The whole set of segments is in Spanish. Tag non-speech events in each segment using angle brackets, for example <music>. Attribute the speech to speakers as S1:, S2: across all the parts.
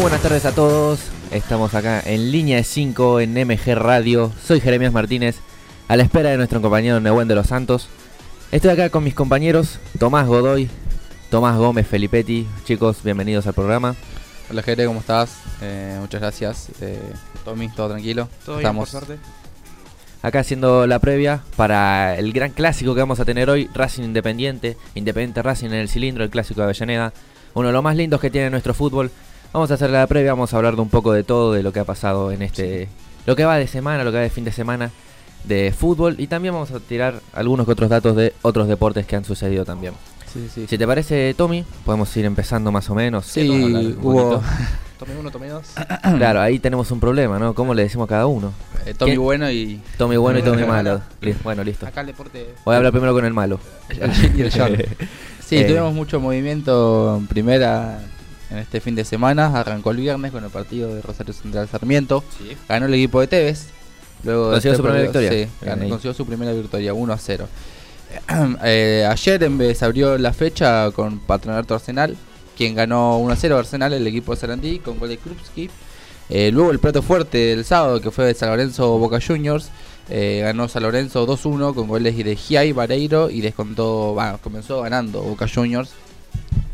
S1: buenas tardes a todos. Estamos acá en línea 5 en MG Radio. Soy Jeremías Martínez, a la espera de nuestro compañero Nehuen de los Santos. Estoy acá con mis compañeros Tomás Godoy, Tomás Gómez Felipetti. Chicos, bienvenidos al programa.
S2: Hola Jere, ¿cómo estás? Eh, muchas gracias. Eh, Tommy, ¿todo tranquilo?
S3: Todo bien, por
S2: Estamos
S3: suerte.
S1: Acá haciendo la previa para el gran clásico que vamos a tener hoy, Racing Independiente, Independiente Racing en el cilindro, el clásico de Avellaneda, uno de los más lindos que tiene nuestro fútbol. Vamos a hacer la previa, vamos a hablar de un poco de todo, de lo que ha pasado en este, lo que va de semana, lo que va de fin de semana de fútbol y también vamos a tirar algunos que otros datos de otros deportes que han sucedido también.
S2: Sí, sí,
S1: Si te parece, Tommy, podemos ir empezando más o menos.
S2: Sí, hubo- <laughs> <coughs>
S3: Tomé uno, tomé dos.
S1: <coughs> Claro, ahí tenemos un problema, ¿no? ¿Cómo le decimos a cada uno?
S2: Eh, Tommy
S1: ¿Quién?
S2: bueno y
S1: Tommy bueno y Tommy
S3: Tommy
S1: malo.
S2: <coughs>
S1: Li- Bueno, listo.
S3: Acá el deporte.
S1: Voy a hablar primero con el malo.
S2: <laughs>
S1: <laughs>
S2: el Jin y el Yang. Sí,
S1: Eh.
S2: tuvimos mucho movimiento en primera en este fin de semana. Arrancó el viernes con el partido de Rosario Central Sarmiento.
S3: Sí.
S2: Ganó el equipo de Tevez. Luego de
S1: Consiguió
S2: este
S1: su primera
S2: partido-
S1: victoria.
S2: Sí, ganó-
S1: Bien ahí.
S2: consiguió su primera victoria, 1 a 0. <clears throat> Eh, ayer en vez- se abrió la fecha con Patronato Arsenal, quien ganó 1 a 0 Arsenal, el equipo de Sarandí, con gol de Krupski. Eh, luego el plato fuerte del sábado, que fue de San Lorenzo Boca Juniors, eh, ganó San Lorenzo 2-1 con goles de Giai Vareiro y descontó, bueno, comenzó ganando Boca Juniors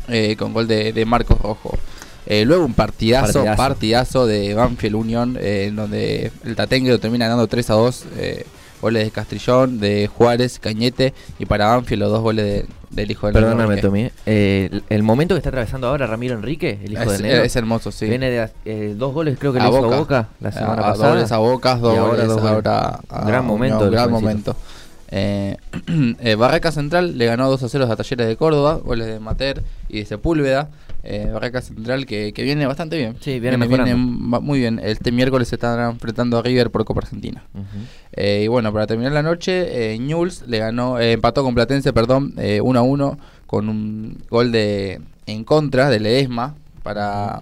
S2: eh, con gol de, de Marcos Rojo. Eh, luego un partidazo,
S1: Partidazo.
S2: partidazo, de Banfield Union, eh, en donde el Tatengue lo termina ganando 3 a 2. eh, goles de Castrillón, de Juárez, Cañete y para Banfield los dos goles de- del hijo del
S1: Perdóname,
S2: Enrique.
S1: Tommy. eh, el, el momento que está atravesando ahora Ramiro Enrique, el hijo
S2: Ah, es,
S1: del negro,
S2: es hermoso, sí.
S1: viene de eh, dos goles, creo que
S2: A
S1: le hizo
S2: Boca. Eh,
S1: a Boca la semana
S2: a, a
S1: pasada.
S2: Dolores a Bocas, dos
S1: Y ahora
S2: goles
S1: dos goles.
S2: ahora a
S1: Gran
S2: Unión,
S1: momento del
S2: gran
S1: jovencito.
S2: momento. Eh, <clears throat> eh, Barraca Central le ganó 2 a 0 a Talleres de Córdoba, goles de Mater y de Sepúlveda. Eh, Barraca Central que, que viene bastante bien.
S1: Sí, viene mejorando.
S2: va- muy bien. Este miércoles se estarán enfrentando a River por Copa Argentina.
S1: Ujú.
S2: Eh, y bueno, para terminar la noche, eh, Newell's le ganó, eh, empató con Platense, perdón, eh, 1 a 1 con un gol de en contra de Ledesma para,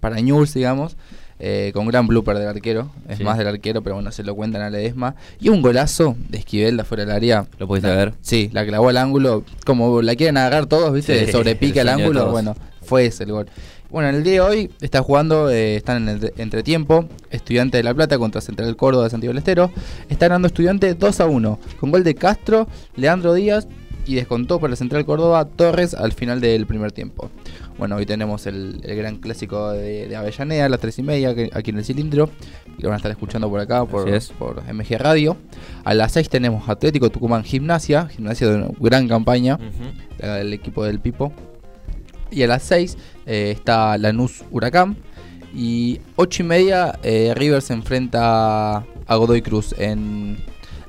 S2: para Newell's, digamos, eh, con gran blooper del arquero, es
S1: Sí.
S2: más del arquero, pero bueno, se lo cuentan a Ledesma. Y un golazo de Esquivel de afuera del área.
S1: Lo pudiste ver.
S2: Sí, la clavó al ángulo, como la quieren agarrar todos, ¿viste?
S1: Sí,
S2: Sobrepica
S1: el sueño
S2: el
S1: de
S2: ángulo,
S1: todos.
S2: bueno, fue ese el gol. Bueno, en el día de hoy está jugando, eh, están en el entretiempo, Estudiante de La Plata contra Central Córdoba de Santiago del Estero. Está ganando Estudiante 2 a 1, con gol de Castro, Leandro Díaz y descontó para Central Córdoba Torres al final del primer tiempo. Bueno, hoy tenemos el, el gran clásico de, de Avellaneda a las 3 y media que- aquí en el cilindro. y Lo van a estar escuchando por acá, por,
S1: Así es.
S2: por MG Radio. A las 6 tenemos Atlético Tucumán Gimnasia, Gimnasia de una gran
S1: Mm.
S2: campaña la del equipo del Pipo. Y a las 6 eh, está Lanús Huracán. Y 8 y media eh, River se enfrenta a Godoy Cruz en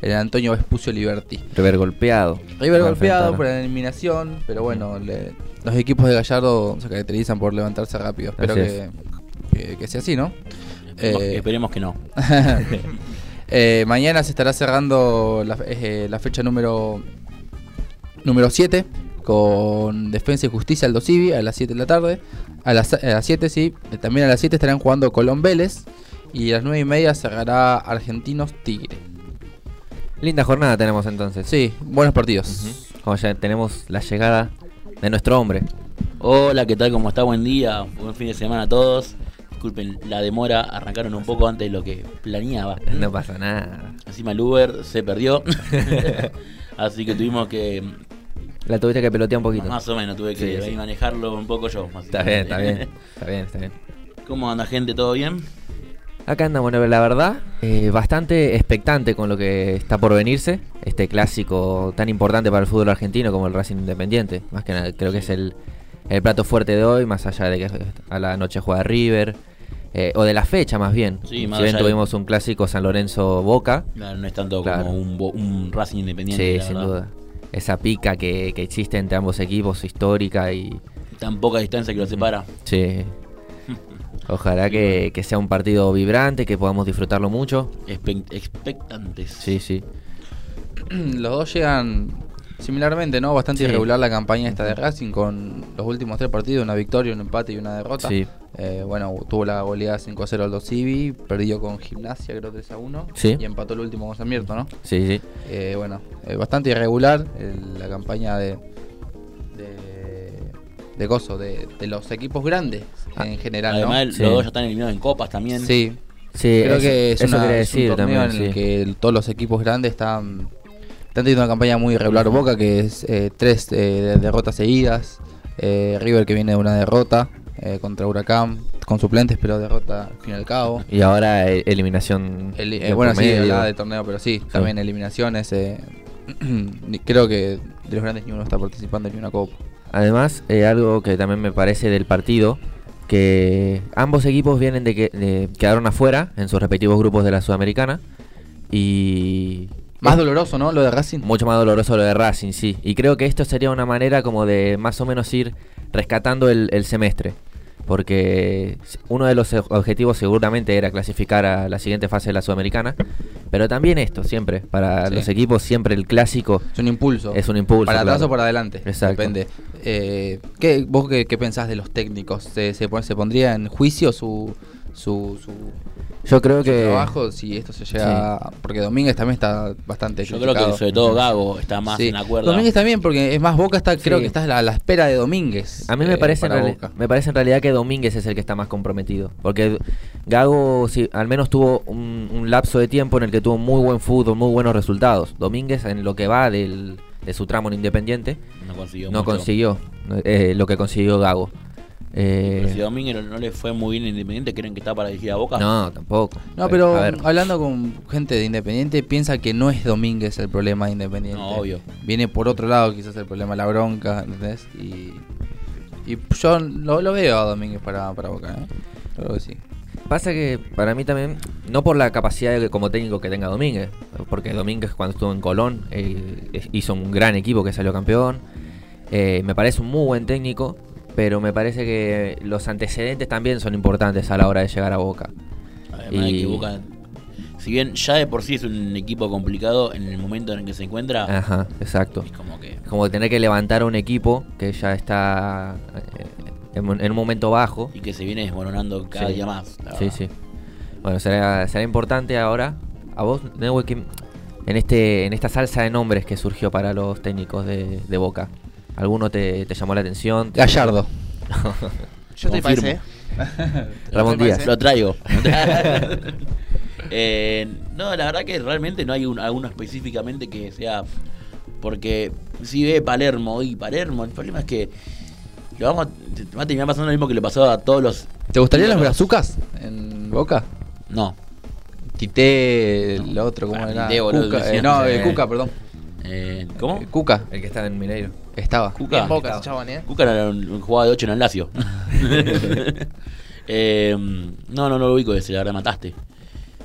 S2: el Antonio Vespucio Liberty.
S1: River golpeado.
S2: River
S1: Para
S2: golpeado
S1: enfrentar.
S2: por la eliminación, pero bueno, le- los equipos de Gallardo se caracterizan por levantarse rápido. Espero
S1: Así
S2: que, que- que sea así, ¿no?
S4: Esperemos-
S2: Eh,
S4: esperemos que no.
S2: Eh, mañana se estará cerrando la, eh, la fecha número número 7 con Defensa y Justicia Aldo Civi a las 7 de la tarde. A las, a las 7, sí. Eh, También a las 7 estarán jugando Colón Vélez. Y a las 9 y media cerrará Argentinos Tigre.
S1: Linda jornada tenemos entonces.
S2: Sí, buenos partidos.
S1: Ujú. Como ya tenemos la llegada de nuestro hombre. <laughs>
S4: Hola, ¿qué tal? ¿Cómo está? Buen día, buen fin de semana a todos. Disculpen la demora, arrancaron un poco antes de lo que planeaba.
S1: No pasa nada.
S4: Encima el Uber se
S1: <laughs>
S4: perdió. <laughs> Así que tuvimos que.
S1: La tuviste que pelotear un poquito.
S4: Más o menos, tuve que
S1: Sí,
S4: ahí
S1: sí.
S4: manejarlo un poco yo. así
S1: Está
S4: que-
S1: bien, está bien. Está bien, está bien.
S4: <laughs> ¿Cómo anda, gente? ¿Todo bien?
S1: Acá andamos, bueno, la verdad, eh, bastante expectante con lo que está por venirse. Este clásico tan importante para el fútbol argentino como el Racing Independiente. Más que nada, creo que es el, el plato fuerte de hoy, más allá de que a la noche juega River. eh, o de la fecha, más bien.
S4: Sí, más
S1: si bien
S4: allá de-
S1: tuvimos un clásico San Lorenzo-Boca.
S4: Claro, no es tanto
S1: Claro.
S4: como un, bo- un Racing independiente.
S1: Sí,
S4: la
S1: sin
S4: verdad.
S1: duda. Esa pica que, que existe entre ambos equipos, histórica y...
S4: Tan poca distancia
S1: Mm.
S4: que lo separa. <laughs>
S1: Sí. Ojalá que, que sea un partido vibrante, que podamos disfrutarlo mucho.
S4: Expect- expectantes.
S1: Sí, sí.
S2: <clears throat> Los dos llegan similarmente, ¿no? Bastante
S1: Sí.
S2: irregular la campaña esta de Racing con los últimos tres partidos, una victoria, un empate y una derrota.
S1: Sí.
S2: Eh, bueno, tuvo la goleada 5 0 al Dosivi, perdió con Gimnasia, creo 3 a 1.
S1: Sí.
S2: Y empató el último con Sarmiento, ¿no?
S1: Sí, sí.
S2: Eh, bueno, eh, bastante irregular eh, la campaña de, de, de gozo, de, de los equipos grandes en general,
S4: Además,
S2: ¿no?
S4: los
S1: Sí.
S4: dos ya están eliminados en copas también.
S2: Sí,
S1: Sí,
S2: creo
S1: eso-
S2: que es,
S1: eso
S2: una-
S1: quería
S2: es un
S1: decir
S2: torneo
S1: también.
S2: en el
S1: sí.
S2: que todos los equipos grandes están, están teniendo una campaña muy irregular. Boca que es eh, tres eh, derrotas seguidas, eh, River que viene de una derrota eh, contra Huracán con suplentes, pero derrota al fin y al cabo.
S1: Y ahora eh, eliminación.
S2: El- eh,
S1: de
S2: bueno,
S1: por
S2: sí,
S1: medio.
S2: hablaba de torneo, pero sí, también eliminaciones. eh, <clears throat> ni- creo que de los grandes ni uno está participando en una copa.
S1: Además, eh, algo que también me parece del partido, que ambos equipos vienen de que de- quedaron afuera en sus respectivos grupos de la Sudamericana y
S2: Más doloroso, ¿no? Lo de Racing.
S1: mucho más doloroso lo de Racing, sí. Y creo que esto sería una manera como de más o menos ir rescatando el, el semestre. Porque uno de los objetivos seguramente era clasificar a la siguiente fase de la Sudamericana. Pero también esto, siempre. Para
S2: Sí.
S1: los equipos, siempre el clásico.
S2: Es un impulso.
S1: Es un impulso,
S2: Para atrás
S1: claro.
S2: o para adelante.
S1: Exacto.
S2: Depende. Eh, ¿qué, ¿Vos qué, qué pensás de los técnicos? ¿Se, se, pon- se pondría en juicio su, su, su,
S1: Yo creo
S2: su
S1: que.
S2: trabajo si esto se llega a- Porque Domínguez también está bastante
S4: Yo creo que
S2: criticado.
S4: sobre todo Gago está más
S2: Sí.
S4: en acuerdo.
S2: Domínguez también, porque es más Boca, está, creo
S1: Sí.
S2: que está a la, a la espera de Domínguez.
S1: A mí me,
S2: eh,
S1: parece en
S2: para
S1: reali-
S2: Boca.
S1: me parece en realidad que Domínguez es el que está más comprometido. Porque Gago sí, al menos tuvo un, un lapso de tiempo en el que tuvo muy buen fútbol, muy buenos resultados. Domínguez en lo que va del- de su tramo en Independiente
S4: No consiguió.
S1: no
S4: mucho.
S1: consiguió eh, lo que consiguió Gago. Eh,
S4: Pero si Domínguez no- no le fue muy bien a Independiente, ¿creen que está para dirigir a Boca?
S1: no, tampoco.
S2: No, pero
S1: A ver,
S2: hablando con gente de Independiente, piensa que no es Domínguez el problema de Independiente.
S4: No, obvio.
S2: Viene por otro lado quizás el problema, la bronca, ¿entendés? Y, y yo lo, lo veo a Domínguez para, para Boca, ¿eh? Creo que sí.
S1: pasa que para mí también, no por la capacidad de- como técnico que tenga Domínguez, porque Domínguez cuando estuvo en Colón eh, es- hizo un gran equipo que salió campeón. Eh, me parece un muy buen técnico, pero me parece que los antecedentes también son importantes a la hora de llegar a Boca.
S4: Además
S1: Y-
S4: de que Boca, si bien ya de por sí es un equipo complicado, en el momento en el que se encuentra,
S1: Ajá, exacto.
S4: es como que
S1: Como tener que levantar a un equipo que ya está eh, en un- en un momento bajo.
S4: y que se viene desmoronando cada
S1: Sí.
S4: día más. la
S1: Sí,
S4: verdad.
S1: sí. Bueno, será, será importante ahora a vos, Nehue, que- en, este, en esta salsa de nombres que surgió para los técnicos de, de Boca. ¿Alguno te, te llamó la atención?
S4: Ah,
S2: Gallardo.
S3: Yo estoy
S4: Confirmo.
S3: para ese.
S1: Ramón
S3: Me
S1: Díaz.
S3: parece.
S4: Lo traigo.
S1: <laughs>
S4: <laughs> Eh, no, la verdad que realmente no hay un, alguno específicamente que sea. Porque si ve Palermo y Palermo, el problema es que lo vamos a, va a terminar pasando lo mismo que le pasó a todos los.
S2: ¿Te gustarían los
S4: ídolos.
S2: brazucas en Boca?
S4: No.
S2: Tite, el otro, ¿cómo
S4: Ah,
S2: era?
S4: Tite, boludo,
S2: Cuca,
S4: decía.
S2: eh, no, eh,
S1: Sí.
S2: Cuca, perdón.
S4: Eh, ¿Cómo?
S2: Eh, Cuca,
S1: El que está en Mineiro.
S2: estaba.
S4: Cuca.
S3: Bien Boca, ese chabón, ¿eh?
S4: Cuca era un, un jugador de 8 en el Lazio. Eh, no, no, no lo ubico ese, la verdad, mataste.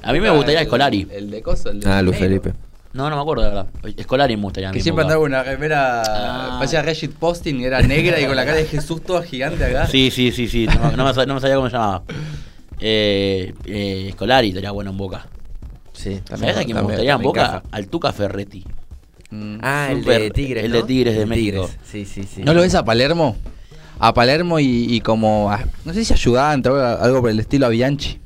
S4: A mí me gustaría Escolari.
S2: El, el de Coso, el de
S1: Ah, Luis
S2: Mineiro.
S1: Felipe.
S4: No, no me acuerdo, la verdad. Escolari me gustaría. a mí
S2: Que
S4: en
S2: siempre
S4: Boca.
S2: andaba con una remera,
S4: Ah.
S2: parecía Regit Posting, era negra y con la cara de Jesús toda gigante acá.
S4: Sí, sí, sí, sí. No, no me, sa- no me sabía cómo se llamaba. Eh, eh, Escolari estaría bueno en Boca.
S1: Sí,
S4: ¿Sabes a quién
S2: también,
S4: me gustaría en
S1: también
S4: Boca?
S1: encaja.
S4: Al Tuca Ferretti.
S2: Mm.
S1: Ah, el
S4: Super-
S1: de Tigres.
S4: el de
S1: ¿no?
S4: Tigres de
S1: Tigres.
S4: México.
S1: Sí, sí, sí.
S2: ¿No lo ves a Palermo? A Palermo y, y como. a- no sé si ayudante o algo por el estilo a Bianchi.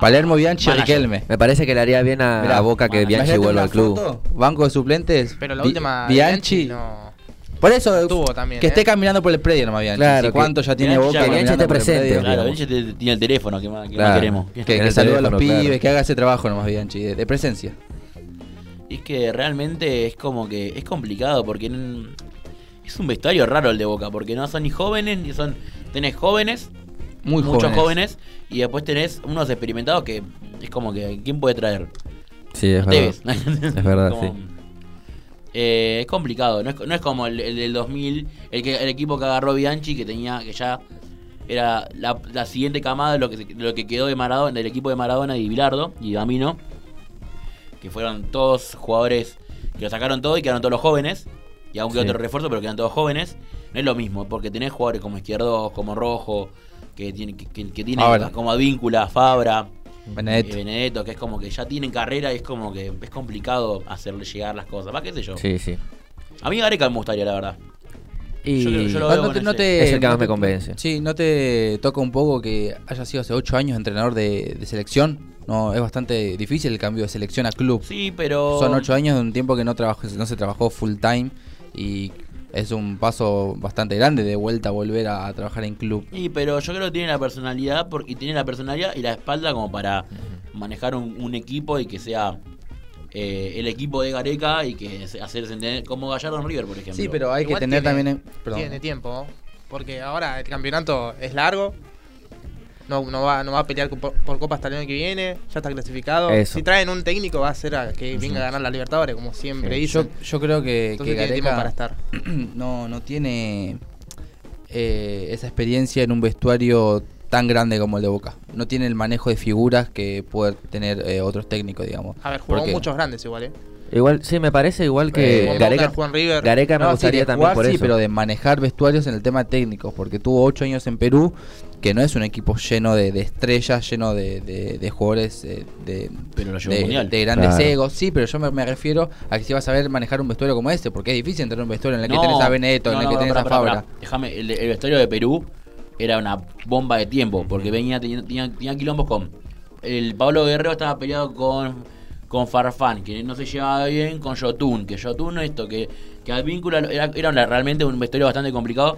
S2: Palermo, Bianchi y
S4: Ah. Manager.
S2: Riquelme.
S1: Me parece que le haría bien a,
S2: Mirá,
S1: a Boca que
S4: man,
S1: Bianchi
S2: Imagínate
S1: vuelva
S2: una
S1: al club.
S2: foto, Banco de suplentes.
S3: Pero la
S2: Bi-
S3: última. de
S2: Bianchi.
S3: no.
S2: Por eso.
S3: Estuvo también,
S2: que esté
S3: eh.
S2: caminando por el predio nomás, Bianchi.
S1: Claro,
S2: Si
S1: que-
S2: ¿Cuánto ya tiene
S4: Bianchi
S2: Boca?
S4: ya- que
S2: caminando
S1: Bianchi te
S2: por el
S1: presente,
S2: predio?
S1: digamos.
S4: Claro, Vinci te- tiene el teléfono, que más, qué
S1: Claro.
S4: más queremos?
S1: Que-
S2: Que,
S1: En
S2: que
S1: el
S2: saluda a los
S1: teléfono,
S2: pibes,
S1: claro.
S2: que haga ese trabajo nomás, Bianchi, de, de presencia.
S4: Es que realmente es como que es complicado porque en- es un vestuario raro el de Boca, porque no son ni jóvenes, ni son... Tenés jóvenes,
S2: Muy
S4: muchos
S2: jóvenes.
S4: jóvenes. y después tenés unos experimentados que es como que, ¿quién puede traer?
S1: Sí, es
S4: No
S1: verdad.
S4: te ves.
S1: Es verdad,
S4: <laughs> Como-
S1: sí.
S4: Eh, es complicado, no es, no es como el, el del 2000, el, que, el equipo que agarró Bianchi, que tenía que ya era la, la siguiente camada de lo que, se- lo que quedó de Maradona, del equipo de Maradona y Bilardo y Gamino, que fueron todos jugadores que lo sacaron todo y quedaron todos los jóvenes, y aunque
S1: Sí.
S4: otro refuerzo, pero quedan todos jóvenes, no es lo mismo, porque tenés jugadores como Izquierdo, como Rojo, que tienen, que, que- que tienen
S2: Fabra.
S4: como Advíncula, Fabra.
S2: Benedetto.
S4: Eh, Benedetto, que es como que ya tienen carrera y es como que es complicado hacerle llegar las cosas. Va, qué sé yo.
S1: Sí, sí.
S4: A mí Gareca me gustaría, la verdad.
S1: Y
S4: creo- yo lo-
S2: No,
S4: veo
S2: no
S4: con
S2: te- no
S4: ese.
S2: te-
S1: Es el que
S2: no
S1: más
S2: te-
S1: me convence.
S2: Sí, ¿no te toca un poco que haya sido hace 8 años entrenador de, de selección? No, es bastante difícil el cambio de selección a club.
S4: Sí, pero.
S2: Son 8 años de un tiempo que no, trabajó, no se trabajó full time y es un paso bastante grande de vuelta a volver a, a trabajar en club.
S4: Y pero yo creo que tiene la personalidad por- y tiene la personalidad y la espalda como para manejar un, un equipo y que sea eh, el equipo de Gareca y que se- hacerse entender como Gallardo en River, por ejemplo.
S2: Sí, pero hay que
S3: Igual
S2: tener
S3: tiene-
S2: también... en- perdón.
S3: Tiene tiempo, porque ahora el campeonato es largo. No, no, va, no va a pelear co- por, por Copa hasta el año que viene, ya está clasificado.
S1: Eso.
S3: Si traen un técnico va a ser a que venga a ganar la Libertadores, como siempre
S2: Sí,
S3: dicen.
S2: yo, yo creo que, que
S3: Entonces tiene tiempo
S2: Gareca-
S3: para estar.
S2: <clears throat> no, no tiene eh, esa experiencia en un vestuario tan grande como el de Boca. No tiene el manejo de figuras que puede tener eh, otros técnicos, digamos.
S3: A ver, jugó
S2: Porque-
S3: muchos grandes igual, ¿eh?
S1: Igual, sí, me parece igual
S2: Eh,
S1: que
S3: Juan
S1: Gareca,
S3: Juan River.
S1: Gareca me
S2: No, sí,
S1: gustaría
S2: de
S1: también
S2: jugar,
S1: por
S2: sí,
S1: eso.
S2: pero de manejar vestuarios en el tema técnico, porque tuvo ocho años en Perú, que no es un equipo lleno de, de estrellas, lleno de, de- de jugadores eh, de,
S4: Pero lo llevó al
S2: de-
S4: Mundial.
S2: de grandes
S1: Claro.
S2: egos. Sí, pero yo me, me refiero a que si vas a saber manejar un vestuario como este, porque es difícil entrar en un vestuario en el que
S4: No,
S2: tenés a Benedetto,
S4: no,
S2: en el
S4: no,
S2: que tenés
S4: pará,
S2: a
S4: pará,
S2: Fabra.
S4: pará. Déjame, el, el vestuario de Perú era una bomba de tiempo, porque venía, tenía, tenía- tenía quilombos con. El Pablo Guerrero estaba peleado con, con Farfán, que no se llevaba bien, con Yotun, que Yotun esto, que, que Advíncula era, era una- realmente un vestuario bastante complicado,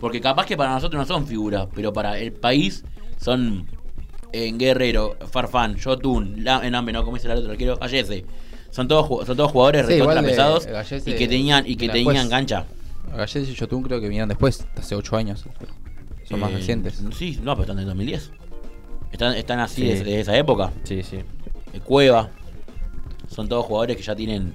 S4: porque capaz que para nosotros no son figuras, pero para el país son en Guerrero, Farfán, Yotun, la, en Ambe, no, como dice el otro arquero, Gallese. Son todos, ju- son todos jugadores
S2: Sí,
S4: recontra
S2: igual, eh,
S4: pesados
S2: Gallese-
S4: y que tenían, y que
S2: mira, después-
S4: tenían cancha.
S2: Galles y Yotun creo que vinieron después, hace 8 años. Son más
S4: Eh,
S2: recientes.
S4: Sí, no, pero están del 2010. Están, están así
S1: Sí.
S4: desde, desde esa época.
S1: Sí, sí.
S4: Eh, Cueva. Son todos jugadores que ya tienen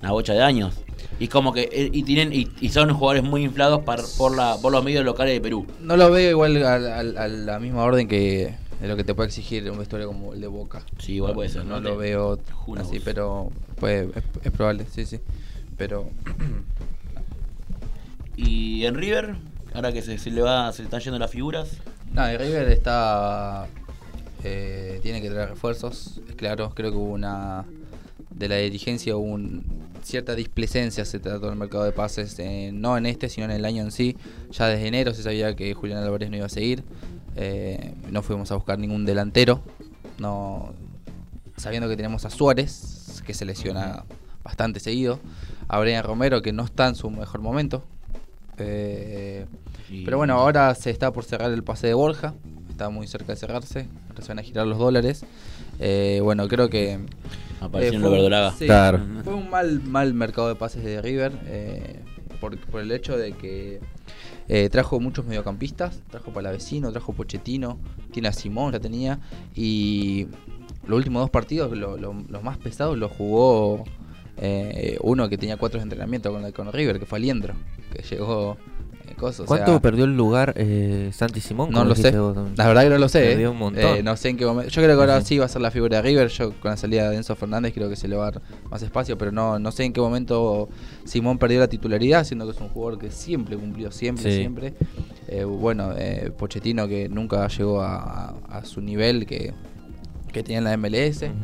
S4: una bocha de años. Y como que eh, y tienen y, y son jugadores muy inflados par- por la por los medios locales de Perú.
S2: No lo veo igual al- al- a, la misma orden que de lo que te puede exigir un vestuario como el de Boca.
S4: Sí, igual puede ser,
S2: No, lo
S4: ¿no? Te-
S2: veo
S4: Who
S2: así,
S4: knows?
S2: pero puede- es, es probable, sí, sí. Pero
S4: Y en River, ahora que se, se le va se le están yendo las figuras.
S2: nada, el River está eh, tiene que traer refuerzos, es claro, creo que hubo una de la dirigencia hubo un, cierta displicencia se trató del mercado de pases, eh, no en este, sino en el año en sí. Ya desde enero se sabía que Julián Álvarez no iba a seguir. eh, no fuimos a buscar ningún delantero. No sabiendo que tenemos a Suárez, que se lesiona bastante seguido, a Brian Romero, que no está en su mejor momento. Eh,
S4: Y-
S2: pero bueno, ahora se está por cerrar el pase de Borja, está muy cerca de cerrarse, ahora se van a girar los dólares. Eh, bueno, creo que
S4: Apareció
S2: eh,
S4: en
S2: fue
S4: la
S2: un-
S4: verdolaga.
S2: sí,
S1: Claro.
S2: Fue un mal, mal mercado de pases de River eh, por, por el hecho de que eh, trajo muchos mediocampistas, trajo Palavecino, trajo Pochettino, tiene a Simón, ya tenía, y los últimos dos partidos, lo- lo- los más pesados, los jugó eh, uno que tenía cuatro entrenamientos con, con River, que fue Aliendro, que llegó eh, coso, o
S1: ¿Cuánto
S2: sea,
S1: perdió el lugar eh, Santi Simón?
S2: no
S1: Como
S2: lo sé.
S1: dijiste vos también.
S2: La verdad que no lo sé.
S1: Perdió
S2: eh.
S1: un montón.
S2: Eh, no sé en qué momento. Yo creo que ahora
S1: Ujú.
S2: sí va a ser la figura de River. Yo con la salida de Enzo Fernández creo que se le va a dar más espacio, pero no, no sé en qué momento Simón perdió la titularidad, siendo que es un jugador que siempre cumplió, siempre,
S1: Sí.
S2: siempre. Eh, bueno, eh, Pochettino que nunca llegó a, a- a su nivel que, que tenía en la MLS.
S1: Ujú.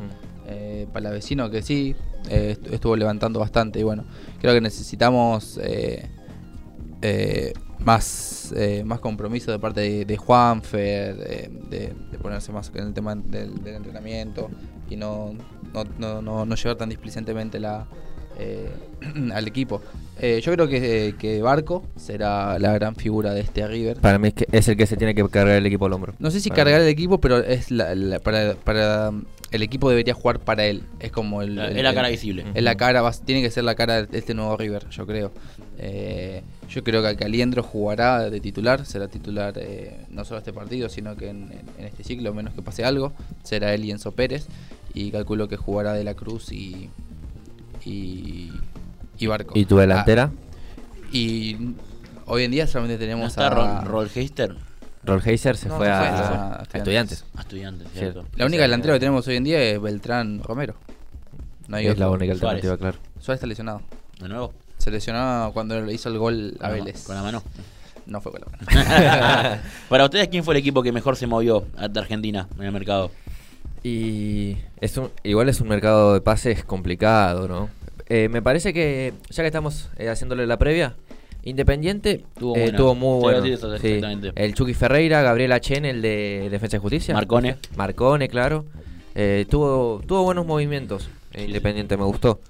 S2: Eh, Palavecino que sí, eh, est- estuvo levantando bastante y bueno, creo que necesitamos eh, eh, más, eh, más compromiso de parte de, de Juanfer, eh, de, de ponerse más en el tema del, del entrenamiento y no, no, no- no- no llevar tan displicentemente la, eh, <clears throat> al equipo. Eh, yo creo que, que Barco será la gran figura de este River.
S1: Para mí es, que es el que se tiene que cargar el equipo al hombro.
S2: No sé si
S1: Para
S2: cargar
S1: mí.
S2: el equipo, pero es la- la- para, para- el equipo debería jugar para él. Es como el,
S4: La-
S2: el- Mm.
S4: es la cara
S2: el-
S4: visible.
S2: es la cara, va- tiene que ser la cara de este nuevo River, yo creo. Eh, yo creo que Caliendro jugará de titular, será titular eh, no solo este partido, sino que en, en- en este ciclo, a menos que pase algo, será él y Enzo Pérez. Y calculo que jugará De la Cruz y. y. y Barco.
S1: ¿Y tu delantera?
S2: Ah, y hoy en día solamente
S4: ¿No
S2: tenemos
S4: está
S2: a.
S4: Rol- Rolheister?
S1: Rolheiser se
S3: No,
S1: fue
S3: se
S1: a,
S3: fue, se
S2: Ah. fue.
S1: a
S2: A
S1: Estudiantes.
S2: Estudiantes.
S4: A estudiantes,
S1: Cierto.
S4: cierto.
S2: La única delantera que tenemos hoy en día es Beltrán Romero. No hay
S1: es
S2: otro.
S1: la única
S4: Suárez.
S1: alternativa, claro.
S2: Suárez está lesionado.
S4: De nuevo.
S2: Se lesionó cuando le hizo el gol a
S4: Con la-
S2: Vélez.
S4: Con
S2: <laughs>
S4: la mano. <laughs>
S2: No fue con la mano. <laughs>
S4: Para ustedes, ¿quién fue el equipo que mejor se movió de Argentina en el mercado?
S1: Y es un, igual es un mercado de pases complicado, ¿no? Eh, me parece que, ya que estamos eh, haciéndole la previa, Independiente
S4: Tuvo
S1: tuvo, tuvo
S4: buena. Te
S1: muy
S4: iba a
S1: bueno.
S4: decir eso,
S1: sí.
S4: exactamente.
S1: El Chucky Ferreira, Gabriel Achen, el de Defensa y Justicia.
S4: Marcone.
S1: Marcone, claro. Eh, tuvo, tuvo buenos movimientos. eh,
S4: sí.
S1: Independiente me gustó.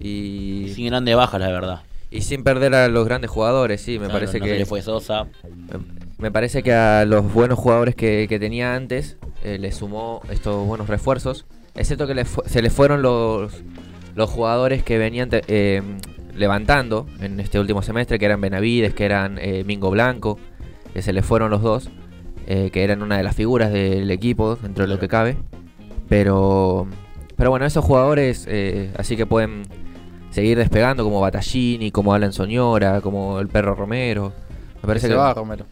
S1: Y
S4: Sin grandes bajas, la verdad.
S1: Y sin perder a los grandes jugadores, sí, me
S4: Claro,
S1: parece
S4: no
S1: que.
S4: se le fue Sosa.
S1: Me- Me parece que a los buenos jugadores que, que tenía antes eh, le sumó estos buenos refuerzos. Excepto que le fu- se le fueron los, los jugadores que venían te- eh, levantando en este último semestre, que eran Benavides, que eran eh, Mingo Blanco, que se le fueron los dos, eh, que eran una de las figuras del equipo dentro de lo que cabe. Pero, pero bueno, esos jugadores eh, así que pueden seguir despegando como Batallini, como Alan Soñora, como el Perro Romero. Me parece
S2: se
S1: que,
S2: va Romero.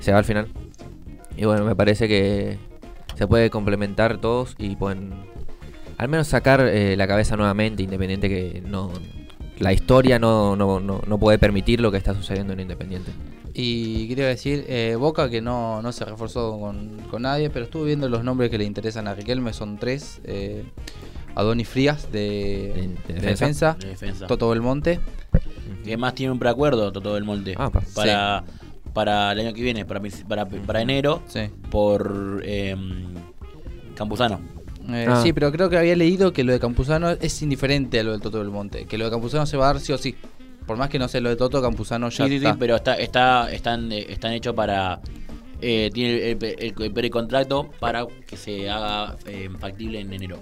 S1: se va al final. Y bueno, me parece que se puede complementar todos y pueden al menos sacar eh, la cabeza nuevamente, independiente que no la historia no, no, no, no puede permitir lo que está sucediendo en Independiente.
S2: Y quería decir, eh, Boca que no, no se reforzó con, con nadie, pero estuve viendo los nombres que le interesan a Riquelme, son tres. Eh, Adonis Frías de,
S1: De- de
S2: de
S1: defensa.
S2: defensa,
S4: De defensa.
S2: Ah, Toto Belmonte.
S4: que más tiene un preacuerdo Toto del Molde
S1: Ah, pa-
S4: para para el año que viene, para mis- para, para enero
S2: Sí.
S4: por em, Campuzano.
S2: Eh,
S1: Ah.
S2: Sí, pero creo que había leído que lo de Campuzano es indiferente a lo del Toto Belmonte. Que lo de Campuzano se va a dar sí o sí. Por más que no sé, lo de Toto Campuzano ya
S4: Sí, sí, sí,
S2: está.
S4: pero está está están eh, están hechos para eh, tiene el, el- el- el precontracto para que se haga eh, factible en enero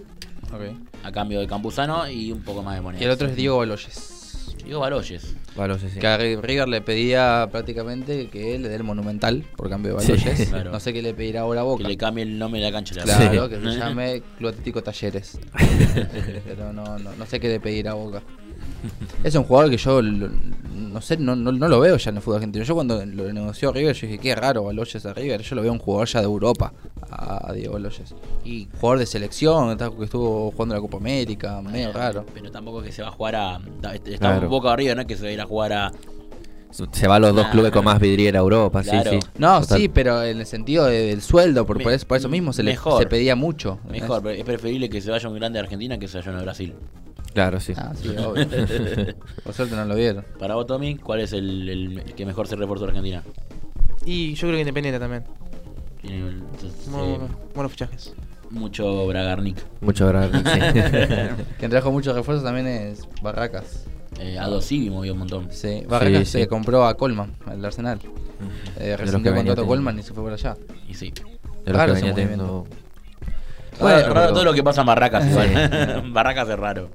S2: Ok.
S4: a cambio de Campuzano y un poco más de moneda.
S2: Y el otro es Diego Baloyes.
S4: Diego Baloyes.
S1: Vale, sí, sí.
S2: Que a River le pedía prácticamente que le dé el monumental por cambio de
S1: Sí,
S2: Baloyes.
S4: <laughs> claro.
S2: No sé qué le pedirá ahora a Boca.
S4: Que le cambie el nombre de la cancha. la verdad.
S2: Claro, que
S4: <laughs>
S2: se llame Club Atlético Talleres. Pero no, no, no sé qué le pedir a Boca. Es un jugador que yo lo- no sé, no, no, no lo veo ya en el fútbol argentino. Yo cuando lo negoció River, yo dije, qué raro Baloyes a River. Yo lo veo un jugador ya de Europa, a, a Diego Baloyes. Y jugador de selección, está- que estuvo jugando la Copa América, medio raro.
S4: Pero tampoco que se va a jugar a. Está, está
S1: Claro.
S4: un poco arriba, ¿no? es Que se va a ir a jugar a.
S1: Se va a los dos clubes con más vidriera a Europa,
S4: Claro.
S1: sí, sí.
S2: No,
S1: Total.
S2: sí, pero en el sentido de- del sueldo, por,
S4: Me-
S2: por eso, por eso mismo se le
S4: mejor.
S2: se pedía mucho. ¿entendés?
S4: Mejor, pero es preferible que se vaya un grande de Argentina que se vaya uno de Brasil.
S1: Claro, sí.
S2: Ah, sí,
S4: <laughs>
S2: obvio. por suerte no lo vieron.
S4: Para vos, Tommy, ¿cuál es el, el que mejor se reportó Argentina?
S3: Y yo creo que Independiente también.
S4: Tiene el- entonces,
S3: Muy
S4: eh,
S3: bueno- buenos fichajes.
S4: mucho Bragarnik.
S1: Mucho
S2: <laughs>
S1: gracias.
S2: Quien trajo muchos refuerzos también es Barracas.
S4: Eh, a Dosivi movió un montón.
S2: Sí, Barracas
S1: sí.
S2: se compró a Colman, al Arsenal. Eh,
S1: que venía
S2: rescindió el contrato
S1: teniendo.
S2: a Colman y se fue para allá.
S4: Y sí.
S1: De lo que
S2: Raro ese
S1: venía teniendo.
S2: movimiento.
S4: Bueno,
S1: Bueno,
S4: raro
S1: pero-
S4: todo lo que pasa en Barracas.
S1: Sí.
S4: igual. <laughs> Barracas es raro.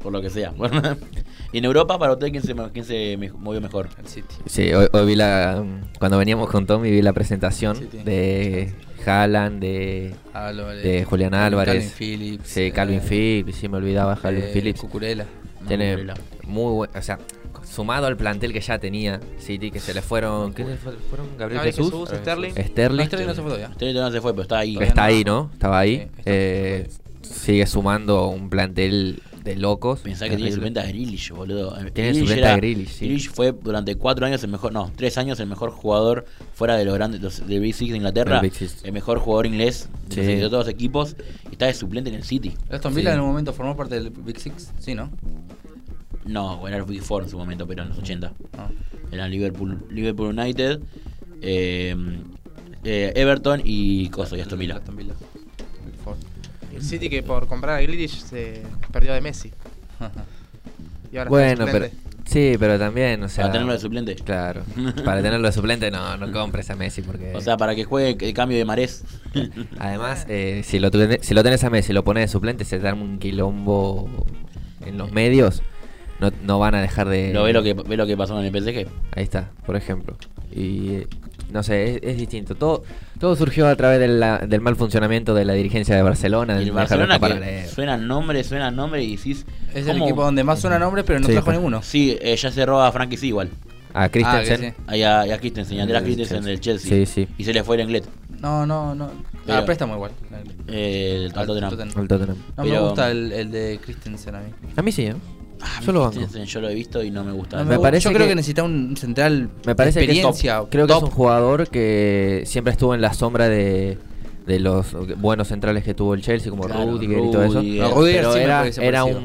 S4: Por lo que sea. Bueno, <laughs> y en Europa, para usted, ¿quién se, quién se me- movió mejor?
S2: Al City.
S1: Sí, hoy, hoy vi la. Cuando veníamos con Tommy, vi la presentación
S2: Sí, tiene.
S1: de Haaland, de
S2: Álvarez.
S1: De Julián Álvarez.
S2: Calvin Phillips.
S1: Sí, Calvin
S2: eh,
S1: Phillips, sí, me olvidaba Calvin
S2: eh,
S1: Phillips.
S2: Cucurella.
S1: Tiene
S4: Cucurella.
S1: muy buen, o sea, sumado al plantel que ya tenía City, que se le fueron, ¿qué se fue- fueron? Gabriel
S3: Gabriel
S1: Jesús, Eh,
S3: Jesús, Sterling.
S2: No,
S1: Sterling.
S2: Sterling no se fue todavía.
S4: Usted no se fue, pero está ahí.
S2: Todavía
S1: Está ahí, ¿no? Estaba ahí.
S2: Sí, está.
S1: Eh, sigue sumando un plantel de locos.
S4: Pensá que tiene
S1: Terrible.
S4: su venta de Grealish, boludo.
S1: Tiene
S4: Eh, Grealish
S1: su venta
S4: era-
S1: de Grealish, sí.
S4: Grealish fue durante cuatro años el mejor, no, tres años el mejor jugador fuera de los grandes, los, de Big Six de Inglaterra.
S1: Del Big Six.
S4: El mejor jugador inglés de,
S1: Sí.
S4: los- de todos los equipos. y Está de suplente en el City.
S2: Aston Villa en un momento formó parte del Big Six, sí, ¿no?
S4: No, era el Big Four en su momento, pero en los 80.
S2: Ah.
S4: Eran Liverpool, Liverpool United, eh, eh, Everton y Coso y Aston Villa.
S2: Aston Villa. Big Four.
S3: El City que por comprar a Grealish se perdió de Messi. Y ahora
S1: Bueno, pero
S3: suplente.
S1: sí, pero también, o sea,
S4: Para tenerlo de suplente. <laughs>
S1: claro, para tenerlo de suplente no, no compres a Messi porque
S4: O sea, para que juegue el cambio de Marés.
S1: Además, eh, si, lo tenés, si lo tenés a Messi y lo pones de suplente, se te arma un quilombo en los medios. No, no van a dejar de.
S4: Lo ve lo que ve lo que pasó en el PSG.
S1: Ahí está, por ejemplo. Y eh, no sé, es, es distinto. Todo, todo surgió a través de la- del mal funcionamiento de la dirigencia de Barcelona.
S4: Y
S1: de
S4: el
S1: no dejar
S4: Barcelona
S1: escapar
S4: que
S1: a la-
S4: suena nombre, suena nombre y decís.
S2: <laughs> Es el
S4: ¿cómo?
S2: equipo donde más suena nombre, pero no
S1: Sí,
S2: trajo
S1: con-
S2: ninguno.
S4: Sí, eh, ya cerró a Frankie igual.
S1: A Christensen.
S2: Ah, que sí.
S4: Ahí a, y a Christensen, y a Andreas Christensen del
S1: Sí,
S4: Chelsea.
S1: sí.
S4: Y se le fue el inglés.
S2: No, no, no.
S4: Pero-
S2: ah, préstamo igual.
S4: Eh, el
S2: Al
S4: Tottenham.
S2: Tottenham.
S1: al Tottenham.
S2: No
S4: Pero-
S2: me gusta el, el de Christensen a mí.
S1: A mí sí, ¿eh?
S4: Ah,
S1: Yo lo banco.
S4: Christensen, yo lo he visto y no me gusta.
S2: No
S1: me
S2: gu-
S1: parece
S2: yo creo
S1: que-
S2: que necesita un central
S1: Me parece
S2: de
S1: que es top.
S2: experiencia.
S1: Creo que es un
S2: top.
S1: jugador que siempre estuvo en la sombra de, de los buenos centrales que tuvo el Chelsea, como
S4: Claro,
S1: Rudiger y todo eso.
S4: Rudiger.
S2: No, Rudiger
S1: pero
S2: sí me
S1: era,
S2: parece
S1: era
S2: parecido.
S1: un,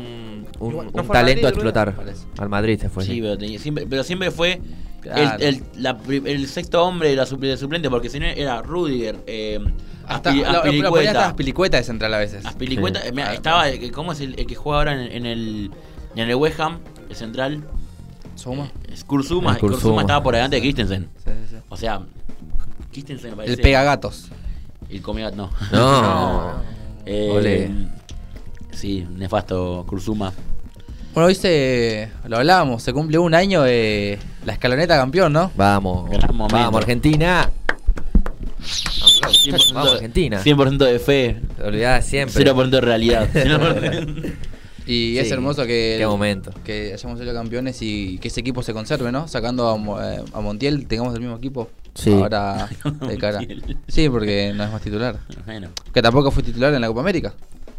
S1: un-
S3: Igual,
S1: un
S3: ¿no fue
S1: talento
S3: al
S1: a
S3: Madrid, Rudiger?
S1: explotar.
S2: Parece.
S1: Al Madrid se fue.
S4: Sí,
S1: Pues sí.
S4: pero, tenía- siempre, pero siempre fue
S2: Claro.
S4: el, el- la pri- el sexto hombre de, la suple- de suplente, porque si no era Rudiger, eh,
S2: Hasta,
S4: Aspi-
S2: la- la- la ponía hasta
S4: Aspilicueta.
S2: Aspilicueta de central a veces.
S4: Aspilicueta,
S1: Sí.
S4: eh, mirá,
S2: Ah,
S4: estaba, eh, ¿cómo es el, el que juega ahora en, en el, en el West Ham, el central?
S2: Suma.
S4: Es Kurzuma,
S1: Es Kurzuma.
S4: Kurzuma estaba por delante de Christensen.
S2: Sí, sí, sí.
S4: O sea, Christensen me parece.
S2: El pegagatos.
S4: El comida,
S1: <laughs>
S4: no.
S1: No.
S4: Eh,
S1: Ole.
S4: Sí, nefasto Kurzuma.
S2: Bueno, hoy se. Lo hablábamos, se cumple un año de la escaloneta campeón, ¿no?
S1: Vamos.
S4: Gran momento.
S1: Vamos, Argentina.
S4: 100%
S1: Vamos,
S4: de-
S1: Argentina.
S4: 100% de fe,
S1: Te olvidás siempre.
S4: 0%
S2: <laughs>
S4: de realidad. 0%.
S2: Y es
S1: Sí,
S2: hermoso que.
S1: Qué momento.
S2: Que hayamos sido campeones y que ese equipo se conserve, ¿no? Sacando a, Mo- eh, a Montiel, tengamos el mismo equipo.
S1: Sí.
S2: Ahora de cara.
S4: Montiel.
S2: Sí, porque no es más titular.
S4: <laughs> bueno,
S2: Que tampoco fue titular en la Copa América.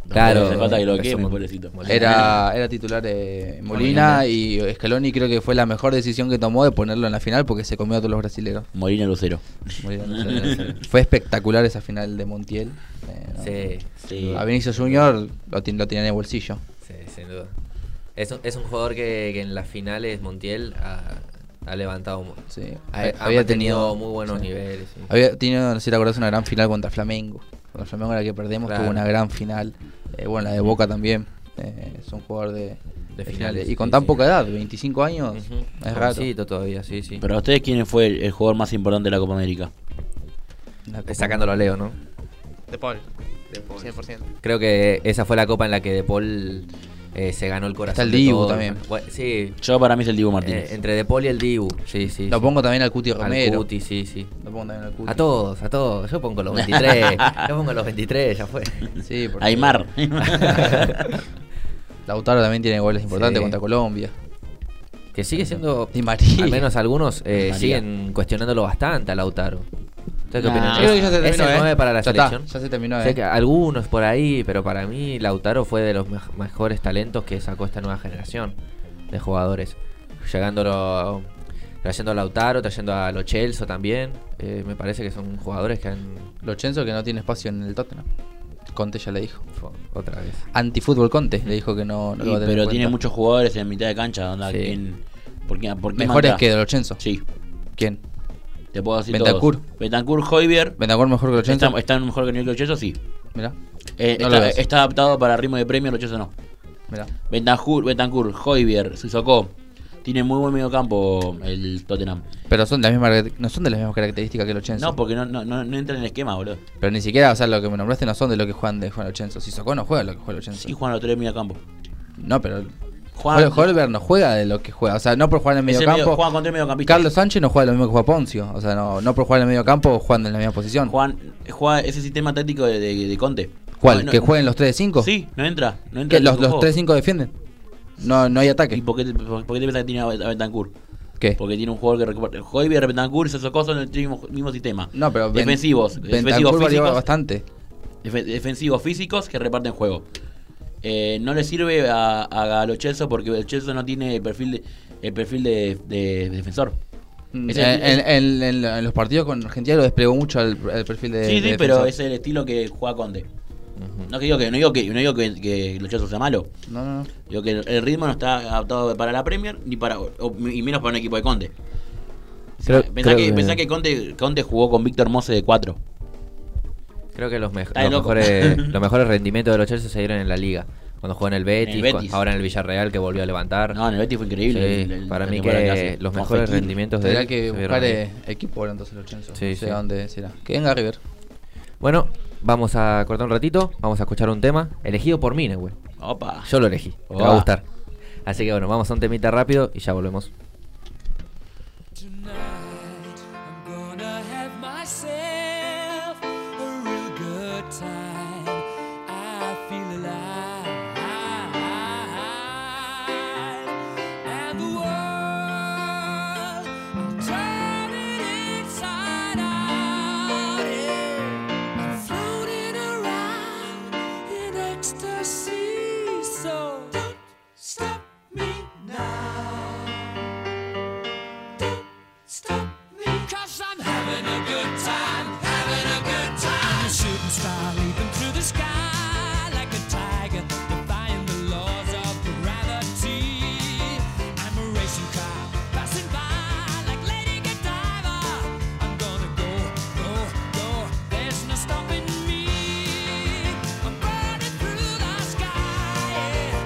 S1: Claro.
S4: hace falta que lo queme,
S1: Somos-
S4: pobrecito.
S2: Era, era titular eh, Molina y Scaloni creo que fue la mejor decisión que tomó de ponerlo en la final porque se comió a todos los brasileños.
S4: Molina Lucero.
S2: Molina no sé, no sé. <laughs> fue espectacular esa final de Montiel. Eh, no.
S1: Sí,
S4: Sí.
S2: A Vinicius Junior lo, ten- lo tenía en el bolsillo.
S1: sí, sin duda. Es un, es un jugador que, que en las finales Montiel ha, ha levantado. mu-
S2: Sí.
S1: ha-
S2: Ha-
S1: ha mantenido muy buenos
S2: sí.
S1: niveles. sí.
S2: Había tenido, no sé si te acordás, una gran final contra Flamengo. Contra Flamengo la que perdemos
S1: Claro.
S2: tuvo una gran final. Eh, bueno, la de Boca también. Eh, es un jugador de, de
S1: finales,
S2: finales. Y con
S1: sí,
S2: tan
S1: sí.
S2: poca edad, 25 años,
S1: Ujú.
S2: es raro.
S1: Jovencito todavía, sí, sí.
S4: Pero a ustedes, ¿quién fue el, el jugador más importante de la Copa América?
S2: Una
S1: Eh,
S2: copa-
S1: Sacándolo a Leo, ¿no?
S3: De Paul. 100%.
S1: Creo que esa fue la copa en la que De Paul eh, se ganó el corazón.
S2: Está el
S1: de
S2: Dibu
S1: todos.
S2: también.
S1: Bueno, sí,
S4: Yo para mí es el Diego
S1: eh,
S4: Martínez.
S1: entre De Paul y el Dibu. Sí, sí.
S2: Lo
S1: sí.
S2: pongo también al Cuti
S1: Al
S2: Romero.
S1: Cuti, sí, sí.
S2: Lo pongo también al Cuti.
S1: A todos, a todos. Yo pongo los 23. Yo pongo los 23, ya fue.
S2: Sí, porque
S4: Aymar. <laughs>
S2: Lautaro también tiene goles importantes
S1: Sí.
S2: contra Colombia.
S1: Que sigue siendo.
S2: Di María. <laughs>
S1: Al menos algunos eh,
S4: María.
S1: siguen cuestionándolo bastante a Lautaro. ¿Ustedes qué
S4: Nah.
S1: opinan?
S4: Yo creo que
S2: ya se
S1: ¿Es
S2: terminó,
S1: el
S2: ¿eh?
S1: 9 para la
S2: Ya está,
S1: selección?
S2: ya se terminó,
S1: Sé
S2: ¿eh?
S1: que algunos por ahí, pero para mí Lautaro fue de los mej- mejores talentos que sacó esta nueva generación de jugadores. Llegándolo, trayendo a Lautaro, trayendo a Lo Celso también. Eh, me parece que son jugadores que han...
S2: Lochenzo que no tiene espacio en el Tottenham. Conte ya le dijo.
S1: fue, Otra vez.
S2: Antifútbol Conte le dijo que no, no lo
S4: Y-
S2: va a tener
S4: pero
S2: en
S4: tiene
S2: cuenta.
S4: muchos jugadores en mitad de cancha. onda,
S1: Sí.
S4: ¿quién- por quién- por quién
S2: Mejores
S4: mandás?
S2: que Lochenzo.
S4: Sí,
S2: ¿Quién?
S4: te puedo decir
S2: Bentancur.
S4: todos. Bentancur, Hoybier.
S2: ¿Vendagor mejor que Lochenzo?
S4: ¿Están, ¿Están mejor que Nick Locheso? Sí.
S2: Mirá,
S4: Eh,
S2: No lo
S4: está,
S2: ves.
S4: está adaptado para ritmo de premio, Locheso no.
S2: mirá.
S4: Bentancur, Bentancur Hoybier, Sissoko. Tiene muy buen medio campo el Tottenham.
S2: Pero son de las mismas, no son de las mismas características que Lochenzo.
S4: No, porque no, no, no, no entra en el esquema, boludo.
S2: Pero ni siquiera, o sea, lo que me nombraste no son de lo que juegan de Juan Lochenzo. Si Socó no juega lo que juega Lochenzo.
S4: Sí, juegan los tres medio campo.
S2: No, pero
S4: Juegan-
S2: Hol- Holberg no juega de lo que juega. O sea, no por jugar en el medio
S4: Es el medio-
S2: campo.
S4: juegan con tres mediocampistas.
S2: Carlos Sánchez no juega lo mismo que juega Poncio. O sea, no, no por jugar en el medio campo jugando en la misma posición.
S4: Juegan, juega ese sistema táctico de, de- de Conte.
S2: ¿Cuál?
S4: No, no-
S2: ¿Que jueguen los 3 de 5?
S4: Sí, no entra. No
S2: ¿Que
S4: entra en
S2: los,
S4: su
S2: los
S4: juego.
S2: 3 de 5 defienden? No, no hay ataque.
S4: ¿Y por qué, te- por, por qué te pensás que tiene a Bentancur?
S2: ¿Qué?
S4: Porque tiene un jugador que recupera. Hoybier, Bentancur y Sissoko son el mismo, mismo sistema.
S2: No, pero Ben-
S4: defensivos.
S2: Bentancur
S4: Defensivos
S2: varió
S4: físicos,
S2: bastante.
S4: defe- defensivos físicos que reparten juego. Eh, no le sirve a, a Lochelso porque Lochelso no tiene el perfil de, el perfil de, de defensor.
S2: En,
S4: Mm. Es el-
S2: en- en- en- en los partidos con Argentina lo desplegó mucho al, al perfil de.
S4: sí, sí,
S2: de
S4: pero
S2: defensor.
S4: es el estilo que juega Conte. No que digo que, no digo que, no digo que, que Lochelso sea malo.
S2: No, no, no.
S4: Digo que el el ritmo no está adaptado para la Premier ni para o- y menos para un equipo de Conte.
S1: Creo-
S4: Pensá
S1: creo
S4: que,
S1: que-
S4: pensá que Conte, Conte jugó con Víctor Mose de 4.
S1: Creo que los, mej-
S4: Está de
S1: los
S4: loco. <laughs>
S1: mejores, los mejores rendimientos de los Chelsea se dieron en la liga. Cuando jugó en el Betis,
S4: En el Betis.
S1: cu- ahora en el Villarreal que volvió a levantar.
S4: No, en el Betis fue
S1: Sí,
S4: increíble. el- el-
S1: para
S4: la
S1: mí
S4: temporada
S1: que
S4: hace.
S1: los
S4: Con
S1: mejores
S4: Fekir.
S1: rendimientos de
S2: Tendrá
S1: él
S2: que
S1: se vieron
S2: buscar
S1: ahí.
S2: eh, equipo ahora entonces los Chenzo.
S1: Sí,
S2: no sé
S1: sí.
S2: a dónde será. Que venga River.
S1: Bueno, vamos a cortar un ratito, vamos a escuchar un tema elegido por Mine, güey.
S4: Opa.
S1: Yo lo elegí, te va a
S4: Ah.
S1: gustar. Así que bueno, vamos a un temita rápido y ya volvemos.
S5: Tonight I'm gonna have myself a real good time. I feel alive, and the world I'll turn it inside out. Yeah. I'm floating around in ecstasy, so don't stop me now. Don't stop me, cause I'm having a good time, having a good time. I'm a shooting star leaping through the sky like a tiger, defying the laws of gravity. I'm a racing car passing by like Lady Godiva. I'm gonna go, go, go, there's no stopping me. I'm burning through the sky. Oh,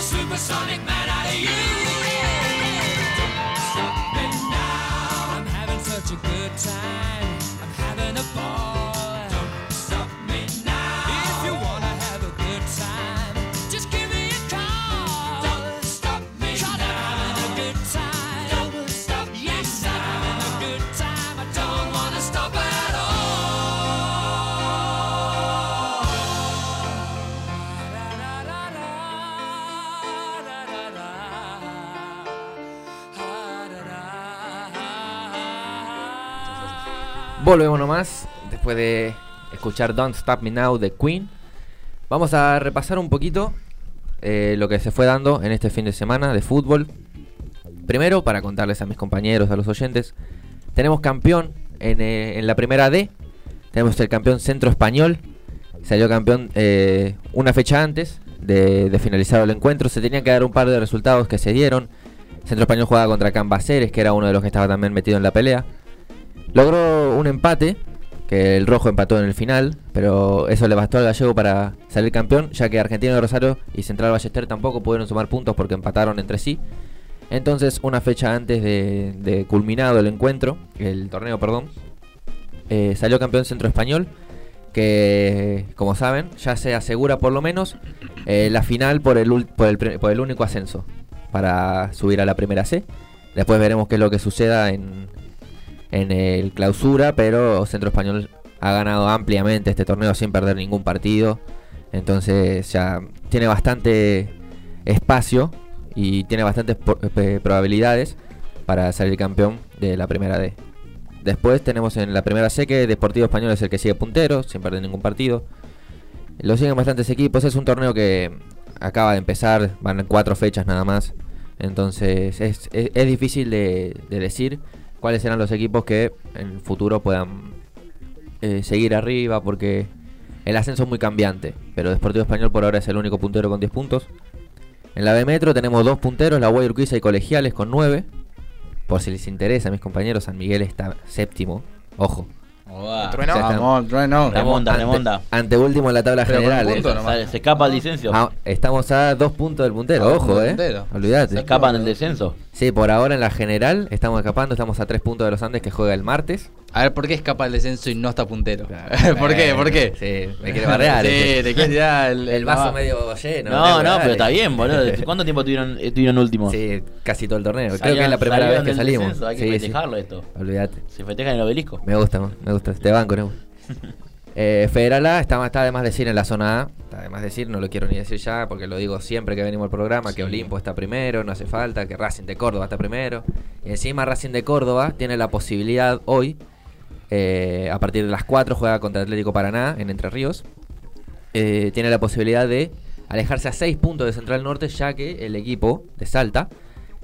S5: supersonic man out of you. Stop it now. I'm having such a good time. I'm having a ball. Don't stop me now. If you wanna have a good time, just give me a call. Don't stop me Cause now. I'm having a good time. Don't stop me yes, now. I'm having a good time. I don't wanna stop at all.
S1: Volvemos nomás, después de escuchar Don't Stop Me Now de Queen. Vamos a repasar un poquito eh, lo que se fue dando en este fin de semana de fútbol. Primero, para contarles a mis compañeros, a los oyentes, tenemos campeón en, eh, en la primera D. Tenemos el campeón centro español. Salió campeón eh, una fecha antes de, de finalizar el encuentro. Se tenían que dar un par de resultados que se dieron. Centro Español jugaba contra Cambaceres, que era uno de los que estaba también metido en la pelea. Logró un empate, que el rojo empató en el final, pero eso le bastó al gallego para salir campeón, ya que Argentino de Rosario y Central Ballester tampoco pudieron sumar puntos porque empataron entre sí. Entonces, una fecha antes de, de culminado el encuentro, el torneo, perdón, eh, salió campeón Centro Español, que, como saben, ya se asegura por lo menos eh, la final por el, ul- por el pre- por el único ascenso para subir a la primera C. Después veremos qué es lo que suceda en, en el clausura, pero Centro Español ha ganado ampliamente este torneo sin perder ningún partido. Entonces ya tiene bastante espacio y tiene bastantes po- eh, probabilidades para salir campeón de la primera D. Después tenemos en la primera C que Deportivo Español es el que sigue puntero, sin perder ningún partido. Lo siguen bastantes equipos, es un torneo que acaba de empezar, van cuatro fechas nada más. Entonces es, es- es difícil de, de decir cuáles serán los equipos que en el futuro puedan eh, seguir arriba, porque el ascenso es muy cambiante. Pero Deportivo Español por ahora es el único puntero con 10 puntos. En la B Metro tenemos dos punteros, la Guay Urquiza y Colegiales con 9. Por si les interesa, mis compañeros, San Miguel está séptimo. Ojo.
S4: Uah,
S3: Trueno.
S1: Ya está.
S2: Vamos, trueno.
S4: La monda, la
S1: Ante-
S4: monda.
S1: Anteúltimo en la tabla
S2: Pero con
S1: general.
S2: un
S1: eh.
S2: punto nomás.
S4: sale, se escapa el licencio.
S1: Ah, estamos a dos puntos del puntero,
S2: A Ah, dos
S1: ojo,
S2: puntos del
S1: eh.
S2: puntero.
S4: se
S1: Olvídate.
S4: escapan del descenso.
S1: Sí, por ahora en la general estamos escapando, estamos a tres puntos de los Andes que juega el martes.
S2: A ver, ¿por qué escapa el descenso y no está puntero?
S1: Claro.
S2: <laughs> ¿Por qué? ¿Por qué?
S1: Sí, me quiere barrear,
S2: Sí,
S1: este.
S2: te quiere tirar el,
S1: El vaso
S2: la-
S1: medio lleno.
S4: No,
S1: Dale,
S4: no,
S1: dale.
S4: pero está bien, boludo. ¿Cuánto tiempo tuvieron, estuvieron últimos?
S1: Sí, casi todo el torneo. Creo
S4: Salieron-
S1: que es la primera vez
S4: salieron
S1: que
S4: del
S1: salimos.
S4: descenso, hay que
S1: Sí, sí.
S4: festejarlo esto.
S1: Olvídate.
S4: Se festeja en el obelisco.
S1: Me gusta, me gusta. Te banco, ¿no? Eh, Federal A está, está de más decir en la zona A. Está de más decir, no lo quiero ni decir ya, porque lo digo siempre que venimos al programa, que Olimpo está primero, no hace falta, que Racing de Córdoba está primero. Y encima Racing de Córdoba tiene la posibilidad hoy, eh, a partir de las 4 juega contra Atlético Paraná en Entre Ríos, eh, tiene la posibilidad de alejarse a 6 puntos de Central Norte, ya que el equipo de Salta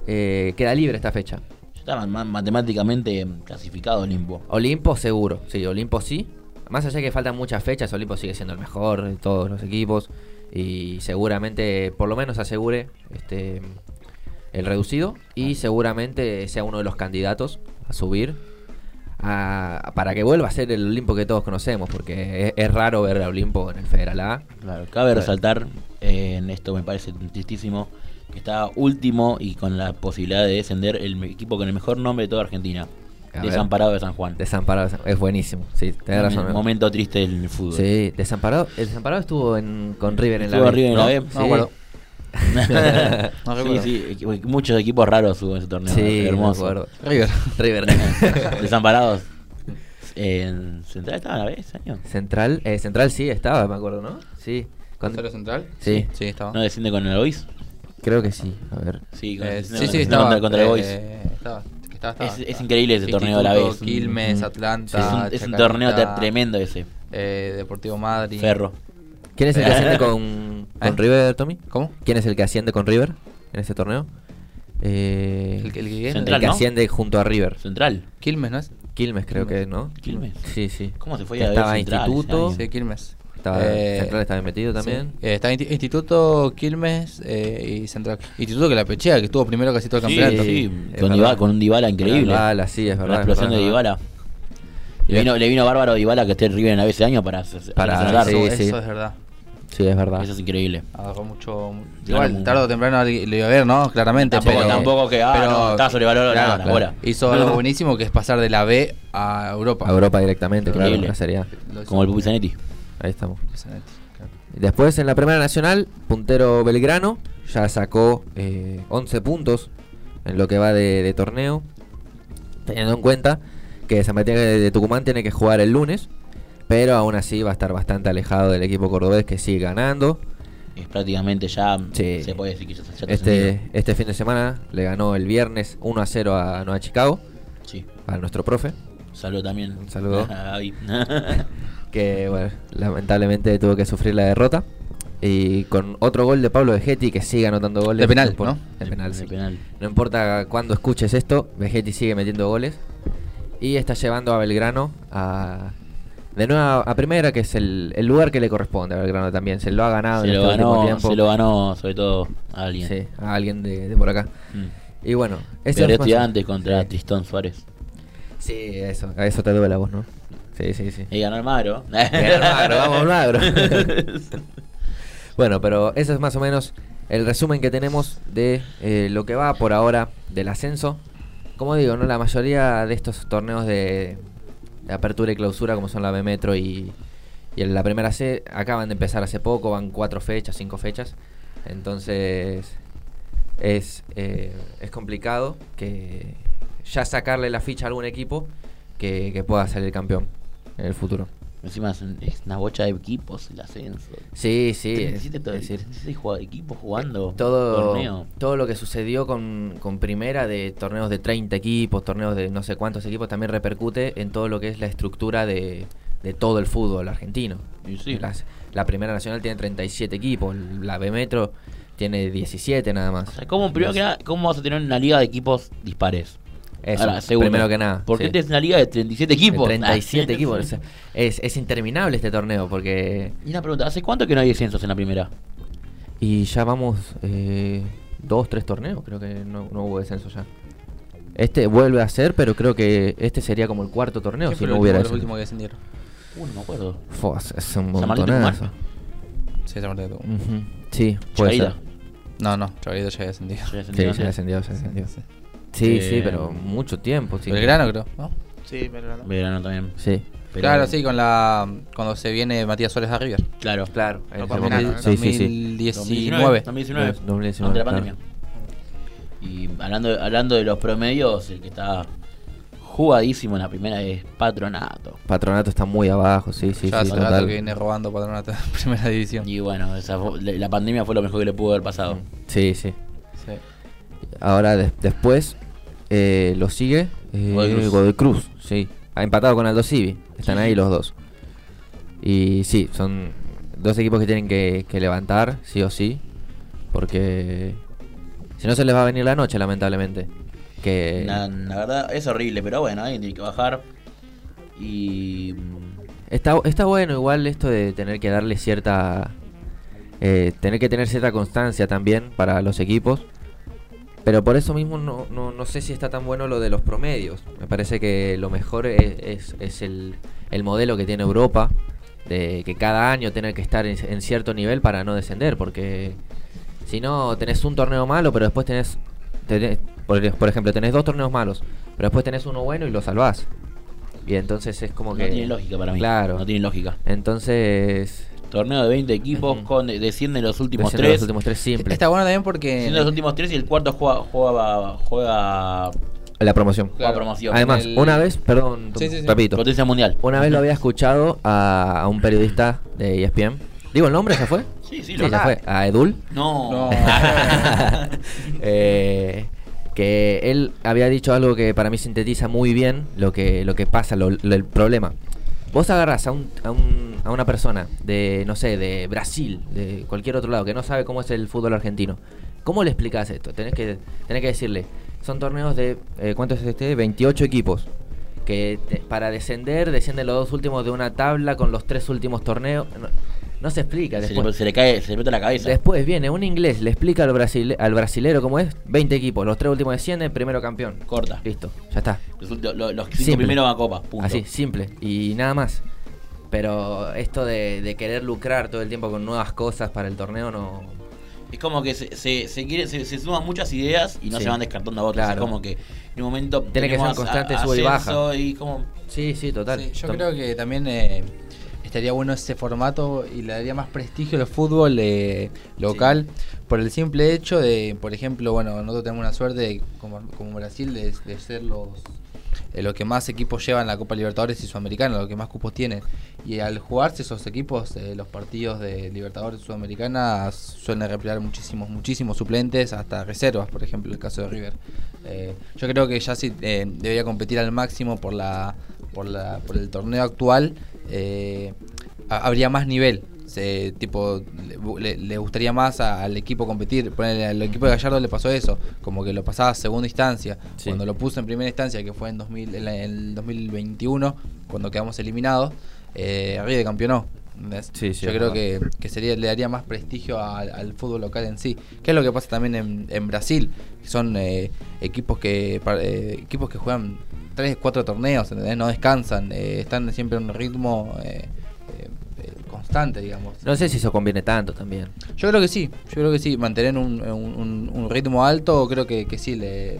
S1: eh, queda libre esta fecha.
S4: Ya está ma- ma- matemáticamente clasificado Olimpo.
S1: Olimpo seguro, sí, Olimpo sí. Más allá que faltan muchas fechas, Olimpo sigue siendo el mejor de todos los equipos y seguramente por lo menos asegure este el reducido y seguramente sea uno de los candidatos a subir a- para que vuelva a ser el Olimpo que todos conocemos, porque es, es raro ver a Olimpo en el Federal A.
S4: Claro, cabe resaltar eh, en esto, me parece tristísimo, que está último y con la posibilidad de descender el me- equipo con el mejor nombre de toda Argentina.
S1: A ver.
S4: Desamparado de San Juan.
S1: Desamparado es buenísimo, sí, tenés razón.
S4: Un
S1: amigo.
S4: momento triste del fútbol.
S1: Sí, Desamparado, el Desamparado estuvo en- con River en
S4: Estuvo
S1: la
S4: River en la B,
S1: Sí.
S4: no me acuerdo.
S2: No
S4: sí,
S2: recuerdo.
S4: sí, equi- muchos equipos raros hubo en ese torneo.
S1: Sí,
S4: hermoso.
S1: me
S4: <laughs>
S1: acuerdo.
S2: River.
S1: <laughs> River. <laughs>
S4: Desamparados. En Central estaba a la vez, ese año.
S1: Central, eh, Central sí estaba, me acuerdo, ¿no? Sí. Con-
S2: ¿Gonzalo Central?
S1: Sí.
S2: Sí, estaba.
S4: ¿No desciende con el Boys?
S1: Creo que sí. A ver.
S4: Sí, con-
S2: Eh,
S4: desciende
S2: sí,
S4: con-
S2: sí,
S4: desciende
S2: estaba.
S4: contra, contra el
S2: eh,
S4: Boys.
S2: estaba, estaba, estaba,
S4: Es- es
S2: estaba.
S4: increíble ese torneo a la
S2: Instituto,
S4: vez.
S2: Quilmes,
S4: Mm.
S2: Atlanta.
S4: es un, es un
S2: Chacarita,
S4: torneo ter- tremendo ese.
S2: eh, Deportivo Madrid.
S4: Ferro.
S1: ¿Quién es el que asciende <laughs> con, con
S2: ¿Eh?
S1: River, Tommy?
S2: ¿Cómo?
S1: ¿Quién es el que asciende con River en ese torneo? Eh,
S2: El,
S1: el,
S2: que- el que-
S4: Central.
S1: que
S4: ¿no?
S1: asciende junto a River.
S4: Central.
S2: Quilmes, ¿no es?
S1: Quilmes creo que es, ¿no?
S4: Quilmes.
S1: Sí, sí.
S4: ¿Cómo se fue
S1: Que
S4: a ver
S1: Estaba
S4: Central
S1: Instituto.
S4: ese
S2: Sí, Quilmes.
S1: Estaba,
S2: Eh,
S1: Central estaba metido también.
S2: Sí. Eh, está Inti- Instituto, Quilmes eh, y Central. Instituto que la pechea, que estuvo primero casi todo el
S4: Sí,
S2: campeonato.
S4: sí,
S1: Es
S4: con,
S1: verdad.
S4: Dybala- con un Dybala increíble.
S1: Con Dybala, sí, es verdad,
S4: Una explosión
S1: es verdad,
S4: de
S1: es verdad.
S4: Dybala. Le vino, le vino bárbaro a Dybala que esté en River en la vez ese año para,
S1: Para-
S4: para
S2: Eso,
S1: sí,
S2: eso
S1: sí.
S2: es verdad.
S1: Sí, es verdad.
S4: Eso es increíble.
S2: Abajo mucho. mu-
S4: Claro,
S2: Igual,
S4: mu-
S2: tarde o temprano alguien- lo iba a ver, ¿no? Claramente.
S4: Tampoco,
S2: pero-
S4: tampoco que ah,
S2: pero-
S4: no, está sobrevalorado
S2: claro,
S4: nada,
S2: claro.
S4: ahora.
S2: Hizo algo buenísimo que es pasar de la B a Europa.
S1: A Europa directamente, claro,
S4: Increíble.
S1: la Serie A.
S2: Lo hizo
S4: Como el Pupi Zanetti.
S1: Ahí estamos.
S2: Zanetti, claro.
S1: Después en la Primera Nacional, puntero Belgrano, ya sacó eh, 11 puntos en lo que va de, de torneo, teniendo en cuenta que San Martín de de Tucumán tiene que jugar el lunes, pero aún así va a estar bastante alejado del equipo cordobés que sigue ganando.
S4: Es prácticamente ya.
S1: Sí.
S4: Se puede decir que ya, ya está
S1: Este, este fin de semana le ganó el viernes 1 a 0 a Nueva Chicago,
S4: ascendido. Sí.
S1: a nuestro profe,
S4: Un saludo también.
S1: Un saludo.
S4: <laughs>
S1: <laughs>
S4: A Gaby.
S1: que bueno, lamentablemente tuvo que sufrir la derrota. Y con otro gol de Pablo Vegetti que sigue anotando goles.
S2: De penal,
S1: por-
S2: ¿no?
S1: De penal, sí.
S4: penal.
S1: No importa cuándo escuches esto, Vegetti sigue metiendo goles y está llevando a Belgrano a de nuevo a primera, que es el, el lugar que le corresponde a Belgrano también. Se lo ha ganado
S4: Se
S1: en
S4: lo,
S1: este último
S4: ganó,
S1: tiempo.
S4: se lo ganó, sobre todo, a alguien.
S1: Sí, a alguien de, de por acá.
S4: Mm.
S1: Y bueno, ese
S4: Pero
S1: es más-
S4: antes contra Tristón Suárez.
S1: Sí, eso, a eso te duele la voz, ¿no? Sí, sí, sí.
S4: Y ganó Almagro.
S1: <laughs> Ganó Almagro, vamos,
S4: <laughs>
S1: Almagro. Bueno, pero eso es más o menos el resumen que tenemos de eh, lo que va por ahora del ascenso. Como digo, no la mayoría de estos torneos de, de apertura y clausura, como son la B Metro y, y la primera C, acaban de empezar hace poco, van cuatro fechas, cinco fechas. Entonces es, eh, es complicado que ya sacarle la ficha a algún equipo que, que pueda salir campeón en el futuro.
S4: Encima es, un- es una bocha de equipos el ascenso.
S1: Sí, sí. es-
S4: 37 to-
S1: es decir, eh,
S4: 36 jugad- equipos jugando.
S1: todo,
S4: Torneo.
S1: todo lo que sucedió con, con primera de torneos de 30 equipos, torneos de no sé cuántos equipos, también repercute en todo lo que es la estructura de, de todo el fútbol argentino.
S4: Y sí.
S1: Las- la primera nacional tiene 37 equipos, la B Metro tiene 17 nada más.
S4: O sea, ¿cómo, primero que nada, ¿cómo vas a tener una liga de equipos dispares?
S1: Eso,
S4: Ahora, segundo,
S1: primero que nada.
S4: ¿Por qué
S1: sí.
S4: tenés una liga de 37
S1: De
S4: equipos? <laughs>
S1: 37 equipos. o sea, es, es interminable este torneo porque...
S4: Y una pregunta, ¿hace cuánto que no hay descensos en la primera?
S1: Y ya vamos eh, dos, tres torneos, creo que no, no hubo descenso ya. Este vuelve a ser, pero creo que este sería como el cuarto torneo
S2: ¿Quién
S1: si
S2: fue
S1: no
S2: el último-
S1: hubiera
S2: los últimos
S1: descenso.
S2: que descendieron?
S4: Uh, no me acuerdo.
S1: Fua, es- es un
S4: San Martín Tucumán.
S1: montonazo.
S2: Sí, San Martín de Tucumán.
S1: Ujú, Sí, puede
S4: Chacarita.
S1: ser.
S2: No, no, Chacarita ya había descendido.
S4: Ya descendió
S1: Sí,
S4: antes.
S1: se descendió, se descendió.
S2: Sí.
S1: Sí,
S4: Eh,
S1: sí, pero mucho tiempo. Sí.
S2: Belgrano, creo, ¿no?
S3: Sí, pero no.
S4: Belgrano también.
S1: Sí,
S4: Pero-
S2: Claro, sí, con la cuando se viene Matías Suárez a River.
S4: Claro.
S1: claro. en
S3: Lo
S1: ese
S3: combinaron,
S1: momento.
S3: ¿no?
S1: Sí, sí, sí.
S2: 2019.
S4: 2019.
S1: 2019,
S4: Antes de la
S1: claro.
S4: pandemia. Y hablando, hablando de los promedios, el que está jugadísimo en la primera es Patronato.
S1: Patronato está muy abajo, sí, sí,
S2: ya
S1: sí,
S2: hace rato
S1: total.
S2: que viene robando patronato en <laughs> primera división.
S4: Y bueno, esa fue- la la pandemia fue lo mejor que le pudo haber
S1: Mm,
S4: pasado.
S1: Sí, sí.
S2: Sí.
S1: Ahora des- después eh, lo sigue eh,
S4: Godoy Cruz.
S1: Godoy Cruz, sí. Ha empatado con Aldo Civi. Están ahí los dos. Y sí, son dos equipos que tienen que, que levantar, sí o sí. Porque si no se les va a venir la noche, lamentablemente. Que
S4: La, la verdad es horrible, pero bueno, alguien tiene que bajar. Y. mm,
S1: está, está bueno igual esto de tener que darle cierta... eh, tener que tener cierta constancia también para los equipos. Pero por eso mismo no, no, no sé si está tan bueno lo de los promedios. Me parece que lo mejor es, es- es el, el modelo que tiene Europa, de que cada año tener que estar en, en cierto nivel para no descender, porque si no, tenés un torneo malo, pero después tenés, tenés- por, por ejemplo, tenés dos torneos malos, pero después tenés uno bueno y lo salvás. Y entonces es como
S4: No
S1: que...
S4: tiene lógica para mí.
S1: Claro.
S4: No tiene lógica.
S1: Entonces...
S4: Torneo de 20 equipos,
S1: Ujú.
S4: con descienden los últimos
S1: descienden Los
S4: tres.
S1: últimos tres simples.
S2: Está bueno también porque
S4: Descienden los últimos tres y el cuarto juega. juega, juega
S1: La promoción.
S4: Juega promoción.
S1: Además,
S2: el-
S1: una vez, perdón,
S2: Sí, sí, sí.
S1: papito.
S4: Potencia mundial.
S1: Una vez lo había escuchado a, a un periodista de E ESPN. ¿Digo el nombre? ¿Ya fue?
S4: Sí, sí,
S1: Sí,
S4: lo
S1: ya fue. A Edul.
S4: No.
S2: No.
S4: <laughs>
S1: <laughs> Eh, que él había dicho algo que para mí sintetiza muy bien lo que, lo que pasa, lo- lo- el problema. Vos agarrás a, un- a, un- a una persona de, no sé, de Brasil, de cualquier otro lado, que no sabe cómo es el fútbol argentino. ¿Cómo le explicás esto? Tenés que, tenés que decirle, son torneos de, eh, ¿cuánto es este? 28 equipos. Que te- para descender, descienden los dos últimos de una tabla con los tres últimos torneos. No, no se explica.
S4: Se
S1: Después.
S4: le, se le cae, se le peta la cabeza.
S1: Después viene un inglés, le explica al, brasile- al brasilero cómo es, 20 equipos, los tres últimos descienden, primero campeón.
S4: Corta.
S1: Listo, ya está.
S4: Los, ulti- lo- los cinco
S1: Simple.
S4: primeros van a copa. Punto.
S1: Así, simple. Y nada más. Pero esto de, de querer lucrar todo el tiempo con nuevas cosas para el torneo no.
S4: Es como que se, se, se quiere, se, se suman muchas ideas y no
S1: Sí.
S4: se van descartando otras.
S1: Claro.
S4: Es como que en un momento.
S1: Tiene que ser un
S4: tenemos
S1: constante sub y baja.
S4: ascenso y como.
S1: Sí, sí, total.
S2: Sí, yo
S1: To-
S2: creo que también eh, estaría bueno ese formato y le daría más prestigio al fútbol eh, local por el simple hecho de, por ejemplo, bueno, nosotros tenemos una suerte de, como, como Brasil de, de ser los eh, los que más equipos llevan la Copa Libertadores y Sudamericana, los que más cupos tienen. Y al jugarse esos equipos, eh, los partidos de Libertadores y Sudamericana suelen replicar muchísimos, muchísimos suplentes, hasta reservas, por ejemplo, el caso de River. Eh, yo creo que ya sí eh, debería competir al máximo por la por, la, por el torneo actual, eh, ha- habría más nivel. Se, tipo le, bu- le- le gustaría más a- al equipo competir. Ponele, al equipo de Gallardo le pasó eso, como que lo pasaba a segunda instancia.
S1: Sí.
S2: Cuando lo puso en primera instancia, que fue en, 2000, en la- en el 2021, cuando quedamos eliminados, eh, River campeonó. ¿entendés?
S1: Sí, sí,
S2: Yo
S1: es
S2: creo
S1: verdad.
S2: que, que sería, le daría más prestigio al, al fútbol local en sí. Que es lo que pasa también en, en Brasil. que Son eh, equipos que par- eh, equipos que juegan 3, 4 torneos, ¿entendés? no descansan, eh, están siempre en un ritmo eh, eh, eh, constante, digamos.
S1: No sé si eso conviene tanto también.
S2: Yo creo que sí, yo creo que sí, mantener un, un- un- un ritmo alto, creo que, que sí le...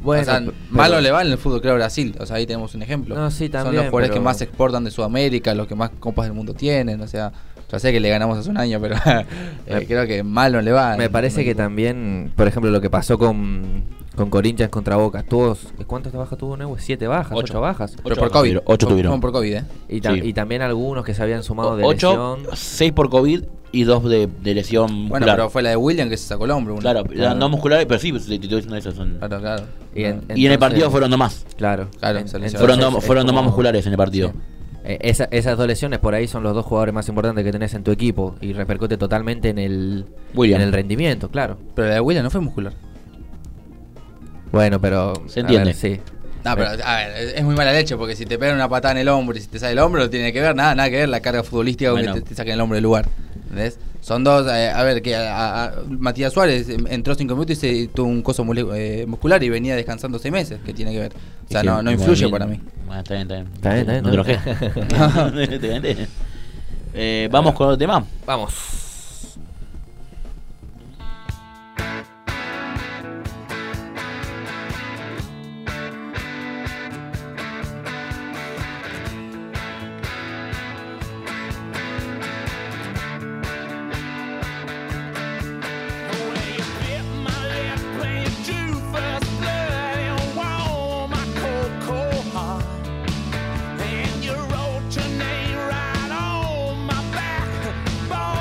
S1: Bueno,
S2: o sea,
S1: pero-
S2: malo le va en el fútbol, creo, a Brasil. O sea, ahí tenemos un ejemplo.
S1: No, sí,
S2: Son los
S1: también,
S2: jugadores
S1: pero-
S2: que más exportan de Sudamérica, los que más copas del mundo tienen. O sea, ya sé que le ganamos hace un año, pero <laughs> eh,
S1: Me-
S2: creo que malo le va.
S1: Me
S2: en-
S1: parece
S2: en-
S1: que también, por ejemplo, lo que pasó con, con Corinthians contra Boca. Tuvo, ¿Cuántas bajas tuvo Neu? Siete bajas, ocho,
S4: Ocho.
S1: bajas.
S2: Pero
S4: Ocho
S2: por COVID.
S4: tuvieron, ocho
S2: Fue-
S4: tuvieron.
S2: fue por COVID, ¿eh?
S1: Y, ta-
S4: Sí.
S1: y también algunos que se habían sumado de
S4: 8,
S1: lesión.
S4: 6 por COVID y 2 de, de lesión
S2: Bueno,
S4: muscular.
S2: pero fue Ah. la de William que se sacó el hombro. una.
S4: claro, eran dos musculares, pero sí, pues, te te estoy diciendo eso. Son...
S2: Claro, claro.
S1: Y en,
S4: y en
S1: Ah, entonces-
S4: el partido fueron dos más.
S1: Claro,
S2: Claro,
S1: en-
S2: se lesionó.
S1: entonces
S4: Fueron, dos-
S1: es
S4: fueron dos más
S1: como-
S4: musculares en el partido.
S2: Sí.
S1: Eh, esa- esas dos lesiones por ahí son los dos jugadores más importantes que tenés en tu equipo y repercute totalmente en el,
S4: William.
S1: en el rendimiento, claro.
S2: Pero la de William no fue muscular.
S1: Bueno, pero.
S4: Se
S1: a
S4: entiende.
S1: ver, sí.
S2: No, pero a ver, es- es muy mala leche porque si te pegan una patada en el hombro y si te sale el hombro, no tiene que ver nada, nada que ver la carga futbolística con
S4: Bueno.
S2: que te, te saquen el hombro del lugar. ¿Entendés? Son dos, eh, a ver, que a- a- Matías Suárez em, entró cinco minutos y se tuvo un coso mule- eh, muscular y venía descansando seis meses, que tiene que ver. O sea,
S4: Es que
S2: no, no
S4: el
S2: influye
S4: movimiento-
S2: para mí.
S4: Bueno, está bien, está bien.
S1: Está bien, está bien,
S4: No te
S1: está
S4: enojes. Te vendé. <laughs> Eh, Vamos con otro tema.
S1: Vamos.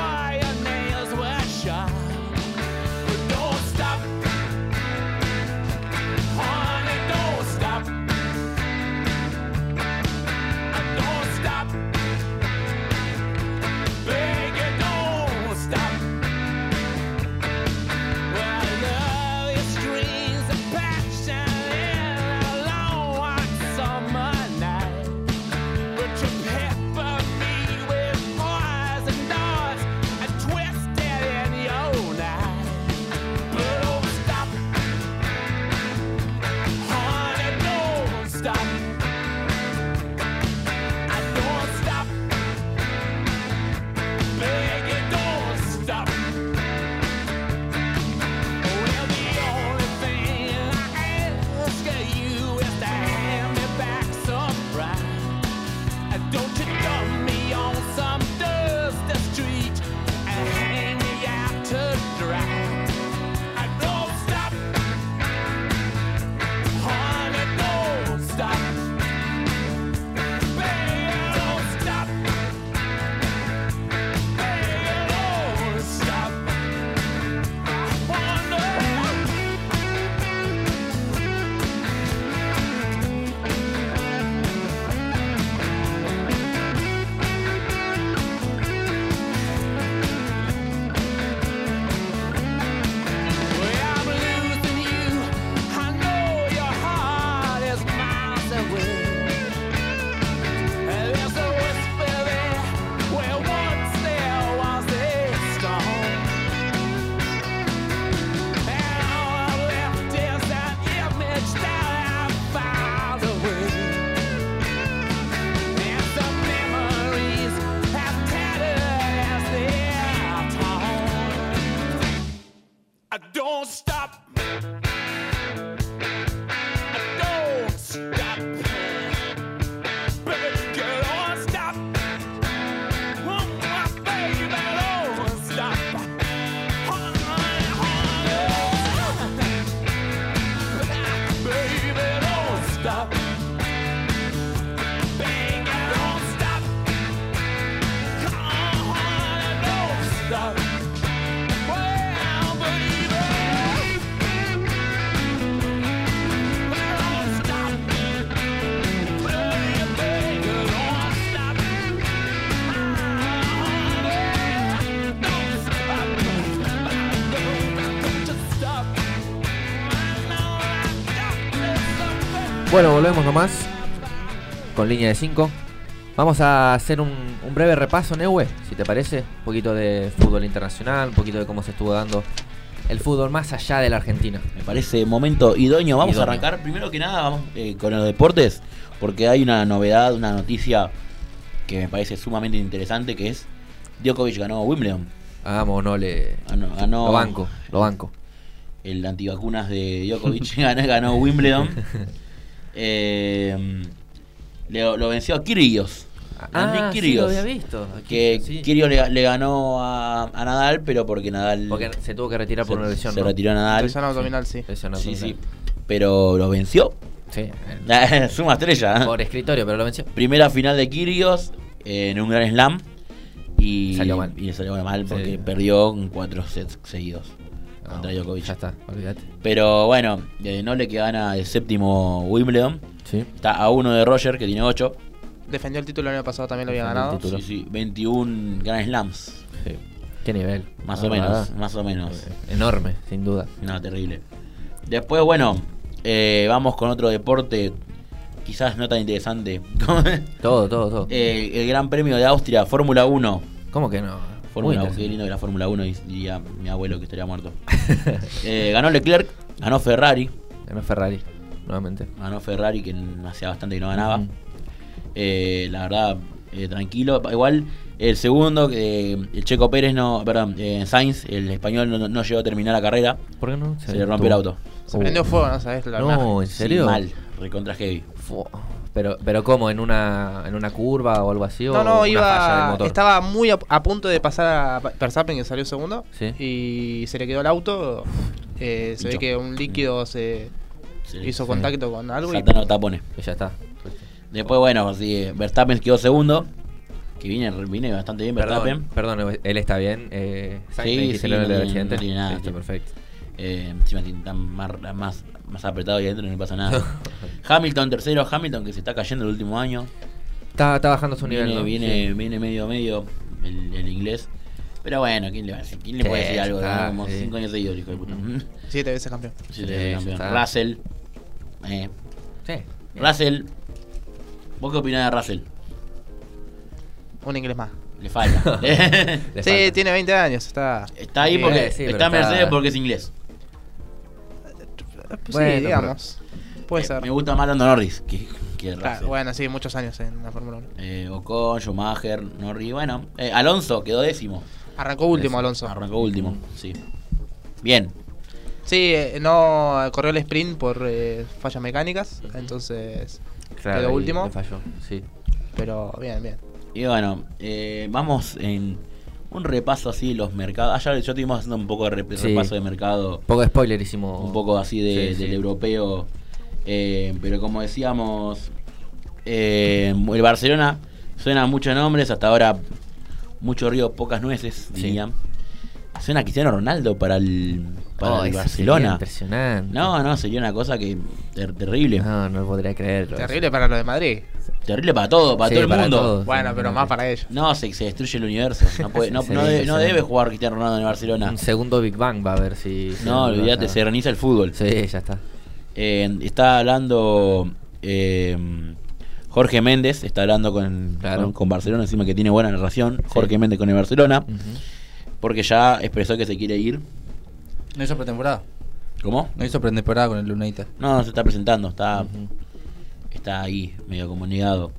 S5: Boy, I don't stop. I don't stop. Baby girl, don't stop. Oh, my baby, don't stop. Oh, oh, oh. Baby, don't stop. Baby, don't stop. Oh, don't stop. Well, baby.
S1: Bueno, volvemos nomás con línea de 5. Vamos a hacer un, un breve repaso, Neue, si te parece. Un poquito de fútbol internacional, un poquito de cómo se estuvo dando el fútbol más allá de la Argentina.
S4: Me parece momento idóneo. Vamos
S1: Idóneo.
S4: a arrancar primero que nada vamos, eh, con los deportes, porque hay una novedad, una noticia que me parece sumamente interesante, que es Djokovic ganó Wimbledon.
S1: Vamos, no le.
S4: Ganó, ganó
S1: Lo banco, lo banco.
S4: El antivacunas de Djokovic <laughs> ganó, ganó
S1: <laughs>
S4: Wimbledon. Eh, le- lo venció a Kyrgios.
S1: Ah,
S4: Andy Kyrgios,
S1: visto.
S4: Que
S1: sí.
S4: Kyrgios le, le ganó a, a Nadal, pero porque Nadal
S1: Porque se tuvo que retirar por
S4: se-
S1: una lesión.
S4: se
S1: ¿no?
S4: retiró a Nadal.
S3: Presión abdominal, sí.
S1: Lesión
S4: Sí, sí.
S1: abdominal.
S4: Pero lo venció.
S1: Sí,
S4: <laughs> Suma estrella. ¿eh?
S1: Por escritorio, pero lo venció.
S4: Primera final de Kyrgios eh, en un gran slam. Y
S1: Salió mal.
S4: Y le salió mal porque
S1: Sí.
S4: perdió en cuatro sets seguidos contra
S1: No,
S4: Djokovic.
S1: Ya está, olvídate.
S4: Pero bueno, eh, no le que gana el séptimo Wimbledon.
S1: Sí.
S4: Está a uno de Roger, que tiene ocho.
S3: Defendió el título el año pasado, también lo había
S1: Defendió el
S3: ganado.
S1: título.
S4: Sí, sí, 21 Grand Slams.
S1: Qué nivel.
S4: Más
S1: La
S4: o menos,
S1: Ah, verdad.
S4: más o menos.
S1: Enorme, sin duda.
S4: No, terrible. Después, bueno, eh, vamos con otro deporte quizás no tan interesante. <laughs>
S1: Todo, todo, todo.
S4: Eh, el Gran Premio de Austria, Fórmula 1.
S1: ¿Cómo que no?
S4: Fórmula
S1: Muy
S4: 1, qué
S1: interesante.
S4: lindo que la Fórmula 1 y- diría mi abuelo que estaría muerto. <laughs> Eh, ganó Leclerc, ganó Ferrari,
S1: Ganó Ferrari, nuevamente. Mm.
S4: ganó Ferrari que n- hacía bastante que no ganaba.
S1: Ujú.
S4: Eh, la verdad, eh, tranquilo. Igual el segundo, eh, el Checo Pérez, no, perdón, eh, Sainz, el español no, no llegó a terminar la carrera,
S1: ¿Por qué no?
S4: se le rompió el auto.
S3: Se prendió fuego, ¿no sabes? La verdad.
S1: No, ¿en
S4: Sí,
S1: serio?
S4: mal, recontra heavy.
S1: Fu- Pero, pero ¿cómo? ¿En una, ¿En una curva o algo así?
S3: No,
S1: o
S3: no,
S1: una falla del
S3: iba.
S1: motor?
S3: Estaba muy a, a punto de pasar a Verstappen, que salió segundo.
S1: Sí.
S3: Y se le quedó el auto. eh, se
S4: Pinchó.
S3: ve que un líquido se
S4: Se le-
S3: hizo contacto con algo. Y,
S4: saltaron los tapones.
S1: Y ya está.
S4: Después, bueno, así, eh, Verstappen quedó segundo, que viene, viene bastante bien Verstappen.
S1: Perdón, perdón, él está bien. Eh, Sainz,
S4: Sí,
S1: me dijiste
S4: sí,
S1: el nombre
S4: no
S1: del
S4: tiene-
S1: accidente.
S4: no tiene nada,
S1: Listo,
S4: sí.
S1: perfecto.
S4: Eh, encima tiene- está más, más, más apretado ahí adentro y no le
S1: <laughs>
S4: pasa nada. Hamilton tercero, Hamilton que se está cayendo el último año.
S1: Está, está bajando su
S4: Viene,
S1: nivel. ¿no?
S4: viene, viene medio medio el, el inglés. Pero bueno, ¿quién le, va a decir? ¿Quién le
S1: Sí,
S4: puede decir algo?
S1: está,
S4: Ganó como
S1: sí.
S4: 5 años seguidos, hijo de puta. <laughs>
S3: siete veces campeón.
S4: Sí, le-
S1: ya
S4: campeón.
S1: está.
S4: Russell. eh,
S1: Sí. Sí.
S4: Russell. ¿Vos qué opinás de Russell?
S3: Un inglés más.
S1: <laughs>
S4: Le falta. <laughs>
S1: Le
S3: sí,
S1: falta.
S3: tiene 20 años. Está.
S4: está ahí
S1: Sí,
S4: porque.
S1: sí, pero
S4: está
S1: está-
S4: Mercedes porque es inglés.
S1: Bueno,
S3: Pues sí, digamos. Puede
S4: Eh,
S3: ser.
S4: Me gusta más Lando Norris que, que
S3: Claro,
S4: Russell.
S3: bueno, sí, muchos años en la Fórmula 1.
S4: Eh, Ocon, Schumacher, Norris. Bueno, eh, Alonso quedó décimo.
S3: Arrancó último, Alonso.
S4: Arrancó último, sí. Bien.
S3: Sí, eh, no corrió el sprint por eh, fallas mecánicas, entonces.
S1: Claro,
S3: quedó
S1: ahí
S3: último.
S1: le falló, sí.
S3: Pero bien, bien.
S4: Y bueno, eh, vamos en un repaso así de los mercados. Ayer yo estuvimos haciendo un poco de rep-
S1: Sí.
S4: repaso de mercado,
S1: Un poco de spoiler hicimos.
S4: un poco así de-
S1: Sí, sí.
S4: del europeo. Eh, pero como decíamos, eh, el Barcelona suena a muchos nombres, hasta ahora mucho río, pocas nueces,
S1: Sí.
S4: dirían. Suena Cristiano Ronaldo para el, para
S1: Oh, ese
S4: el
S1: sería
S4: Barcelona.
S1: Impresionante.
S4: No, no, sería una cosa que ter- terrible.
S1: No, no lo podría creerlo.
S3: Terrible para los de Madrid.
S4: Terrible para todo, para
S1: Sí,
S4: todo el
S1: para
S4: mundo.
S1: todos.
S3: Bueno, pero
S1: sí.
S3: más para ellos.
S4: No, se, se destruye el universo. No, puede- no,
S1: <laughs> Sí,
S4: no debe, no
S1: sí.
S4: debe jugar Cristiano Ronaldo en Barcelona.
S1: Un segundo Big Bang va a ver si. si
S4: No, olvídate,
S1: pasa.
S4: se organiza el fútbol.
S1: Sí, ya está.
S4: Eh, está hablando eh, Jorge Méndez, está hablando con,
S1: Claro.
S4: con, con Barcelona, encima que tiene buena narración. Jorge Méndez con el Barcelona, porque ya expresó que se quiere ir.
S2: No hizo pretemporada.
S4: ¿Cómo?
S2: No hizo pretemporada con el Lunita.
S4: No, no se está presentando, está,
S1: Ujú.
S4: está ahí, medio comunicado.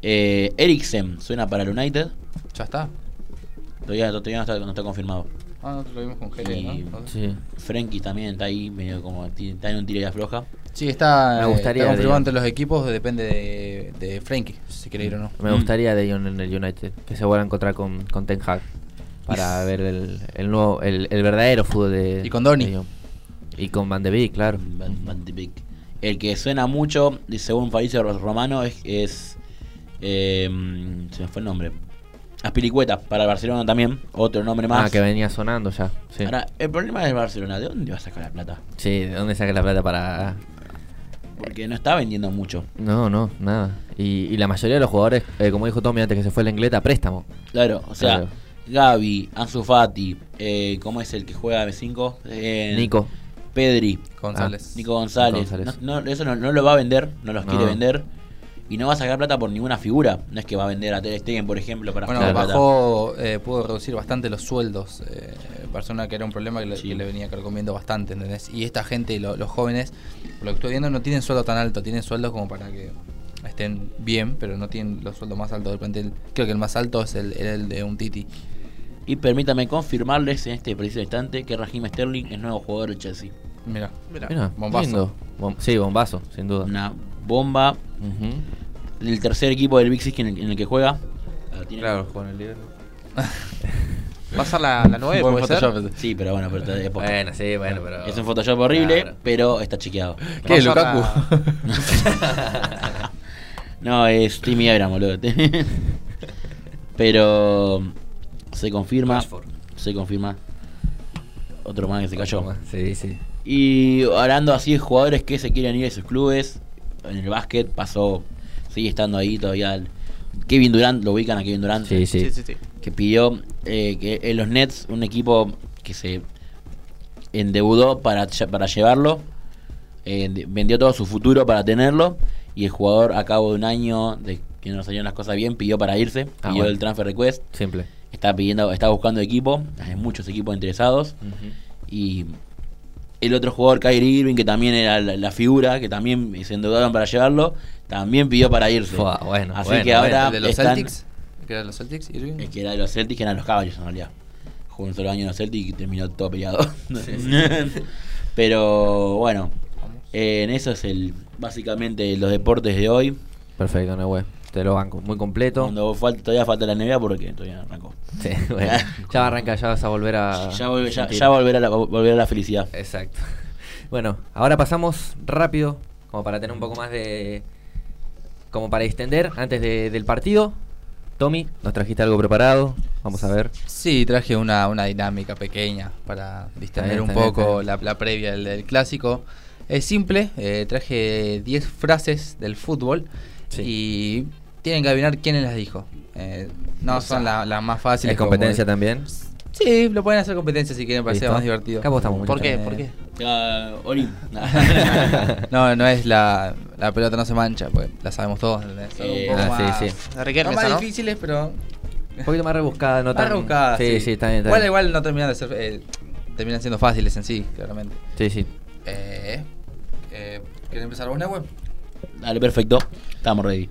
S4: Eh, Eriksen suena para el United,
S2: Ya está.
S4: todavía, todavía no, está, no está confirmado.
S2: Ah, nosotros lo vimos con Jere,
S4: Y-
S2: ¿no?
S1: Sí.
S4: Frenkie también está ahí, medio como ti- está en un tiro y afloja.
S2: Sí, está,
S1: Me gustaría,
S2: eh, está confirmado
S1: digamos.
S2: entre los equipos, depende de, de Frankie, si quiere ir o no.
S1: Me
S4: Mm.
S1: gustaría de John en el United, que se vuelva a encontrar con, con Ten Hag para ver el, el nuevo, el, el verdadero fútbol de.
S2: Y con Donny.
S1: de John. Y con Van de Beek, claro.
S4: Van- Van de Beek. El que suena mucho, y según Fabricio Romano, es. es, eh, se me fue el nombre. Aspiricueta, para el Barcelona también. Otro nombre más.
S1: Ah, que venía sonando ya. Sí.
S4: Ahora, el problema del Barcelona, ¿de dónde va a sacar la plata?
S1: Sí, ¿de dónde saca la plata para.?
S4: Porque no está vendiendo mucho.
S1: No, no, nada. Y, y la mayoría de los jugadores, eh, como dijo Tommy antes que se fue la ingleta, préstamo.
S4: Claro, o sea,
S1: Claro.
S4: Gaby, Ansu Fati, eh, ¿cómo es el que juega de 5? Eh,
S1: Nico.
S4: Pedri,
S2: González.
S4: Nico González.
S1: Nico González.
S4: No, no, eso no, no lo va a vender, no los
S1: No.
S4: quiere vender. Y no va a sacar plata por ninguna figura. No es que va a vender a Ter Stegen, por ejemplo, para
S2: Bueno,
S4: sacar plata.
S2: bajó, eh, pudo reducir bastante los sueldos. Eh, persona que era un problema que le,
S4: Sí.
S2: que le venía carcomiendo bastante, ¿entendés? Y esta gente, lo- los jóvenes, por lo que estoy viendo, no tienen sueldo tan alto. Tienen sueldos como para que estén bien, pero no tienen los sueldos más altos del plantel. Creo que el más alto es el, era el de un Titi.
S4: Y permítame confirmarles en este preciso instante que Raheem Sterling es nuevo jugador del Chelsea.
S2: Mira,
S3: Mirá.
S1: Mira,
S2: bombazo.
S1: lindo. Bom- sí, bombazo, sin duda.
S4: Una bomba
S1: Ujú.
S4: del tercer equipo del Big Six en el, en el que juega. La tiene-
S2: con el libro.
S3: Va a ser la, la 9, puede ser.
S4: Sí, pero bueno, pero está de época.
S1: Bueno, sí, bueno, pero.
S4: Es un Photoshop horrible,
S1: Claro.
S4: pero está chequeado.
S2: ¿Qué,
S3: Va a
S2: Lukaku?
S3: ser la-
S4: No, es Timmy Abraham, boludo. <laughs> Pero se confirma.
S1: Rashford.
S4: Se confirma. Otro más que se cayó.
S1: Sí, sí.
S4: Y hablando así de jugadores que se quieren ir de sus clubes, en el básquet pasó, sigue estando ahí todavía. el- Kevin Durant, lo ubican a Kevin Durant,
S1: Sí, sí.
S3: Sí, sí, sí.
S4: que pidió eh, que en los Nets, un equipo que se endeudó para, lle- para llevarlo, eh, de- vendió todo su futuro para tenerlo, y el jugador a cabo de un año de que no salieron las cosas bien, pidió para irse,
S1: Ah,
S4: pidió
S1: bueno.
S4: el transfer request,
S1: Simple.
S4: está pidiendo, está buscando equipo, hay muchos equipos interesados. Y el otro jugador, Kyrie Irving, que también era la, la figura, que también se endeudaron para llevarlo, también pidió para irse.
S1: Fua, bueno,
S4: Así
S1: bueno,
S4: que
S1: bueno.
S4: ahora
S2: El de los
S4: están-
S2: Celtics. ¿Qué era los Celtics? Irving.
S4: Es que era de los Celtics, que eran los caballos en realidad. Jugó un solo año en los Celtics y terminó todo peleado. <laughs> Pero bueno, eh, en eso es el básicamente los deportes de hoy.
S1: Perfecto, no, güey. Te lo banco. Muy completo.
S4: Cuando falta, todavía falta la NBA porque todavía no arrancó.
S1: Sí, <laughs> bueno.
S4: <laughs>
S1: Ya va a arrancar, ya vas a volver a.
S4: Ya, volve- ya,
S1: sentir.
S4: ya volverá la, volverá la felicidad.
S1: Exacto. <laughs> Bueno, ahora pasamos rápido, como para tener un poco más de. como para extender antes de- del partido. Tommy, nos trajiste algo preparado. Vamos a ver.
S2: Sí, traje una, una dinámica pequeña para distender
S1: Está
S2: un
S1: bien, está
S2: poco
S1: bien,
S2: La, la previa del, del clásico. Es simple, eh, traje 10 frases del fútbol
S1: Sí.
S2: y tienen que adivinar quiénes las dijo. Eh, no son la- las más fáciles.
S1: ¿Es competencia
S2: como-
S1: también?
S2: Sí, lo pueden hacer competencia si quieren para que sea
S1: ¿Listo?
S2: más divertido.
S1: Acá apostamos
S3: ¿Por
S1: mucho.
S3: qué?
S2: Eh,
S3: ¿Por qué?
S4: Ah, Olim.
S2: <laughs> No, no es la, la pelota no se mancha, pues la sabemos todos. Son
S4: Eh,
S2: un poco
S1: ah, sí,
S2: más,
S1: sí.
S3: La
S2: no
S3: Riquelme,
S2: más
S3: esa, ¿no?
S2: difíciles, pero
S1: Un poquito más rebuscada, no
S2: Más
S1: tan.
S2: rebuscadas,
S1: sí, sí, está bien. está
S2: Igual,
S1: bien.
S2: igual no terminan de ser. eh, terminan siendo fáciles en sí, claramente.
S1: Sí, sí.
S2: Eh, eh, ¿Querés empezar vos, Nahue?
S4: <laughs> Dale, perfecto. Estamos ready.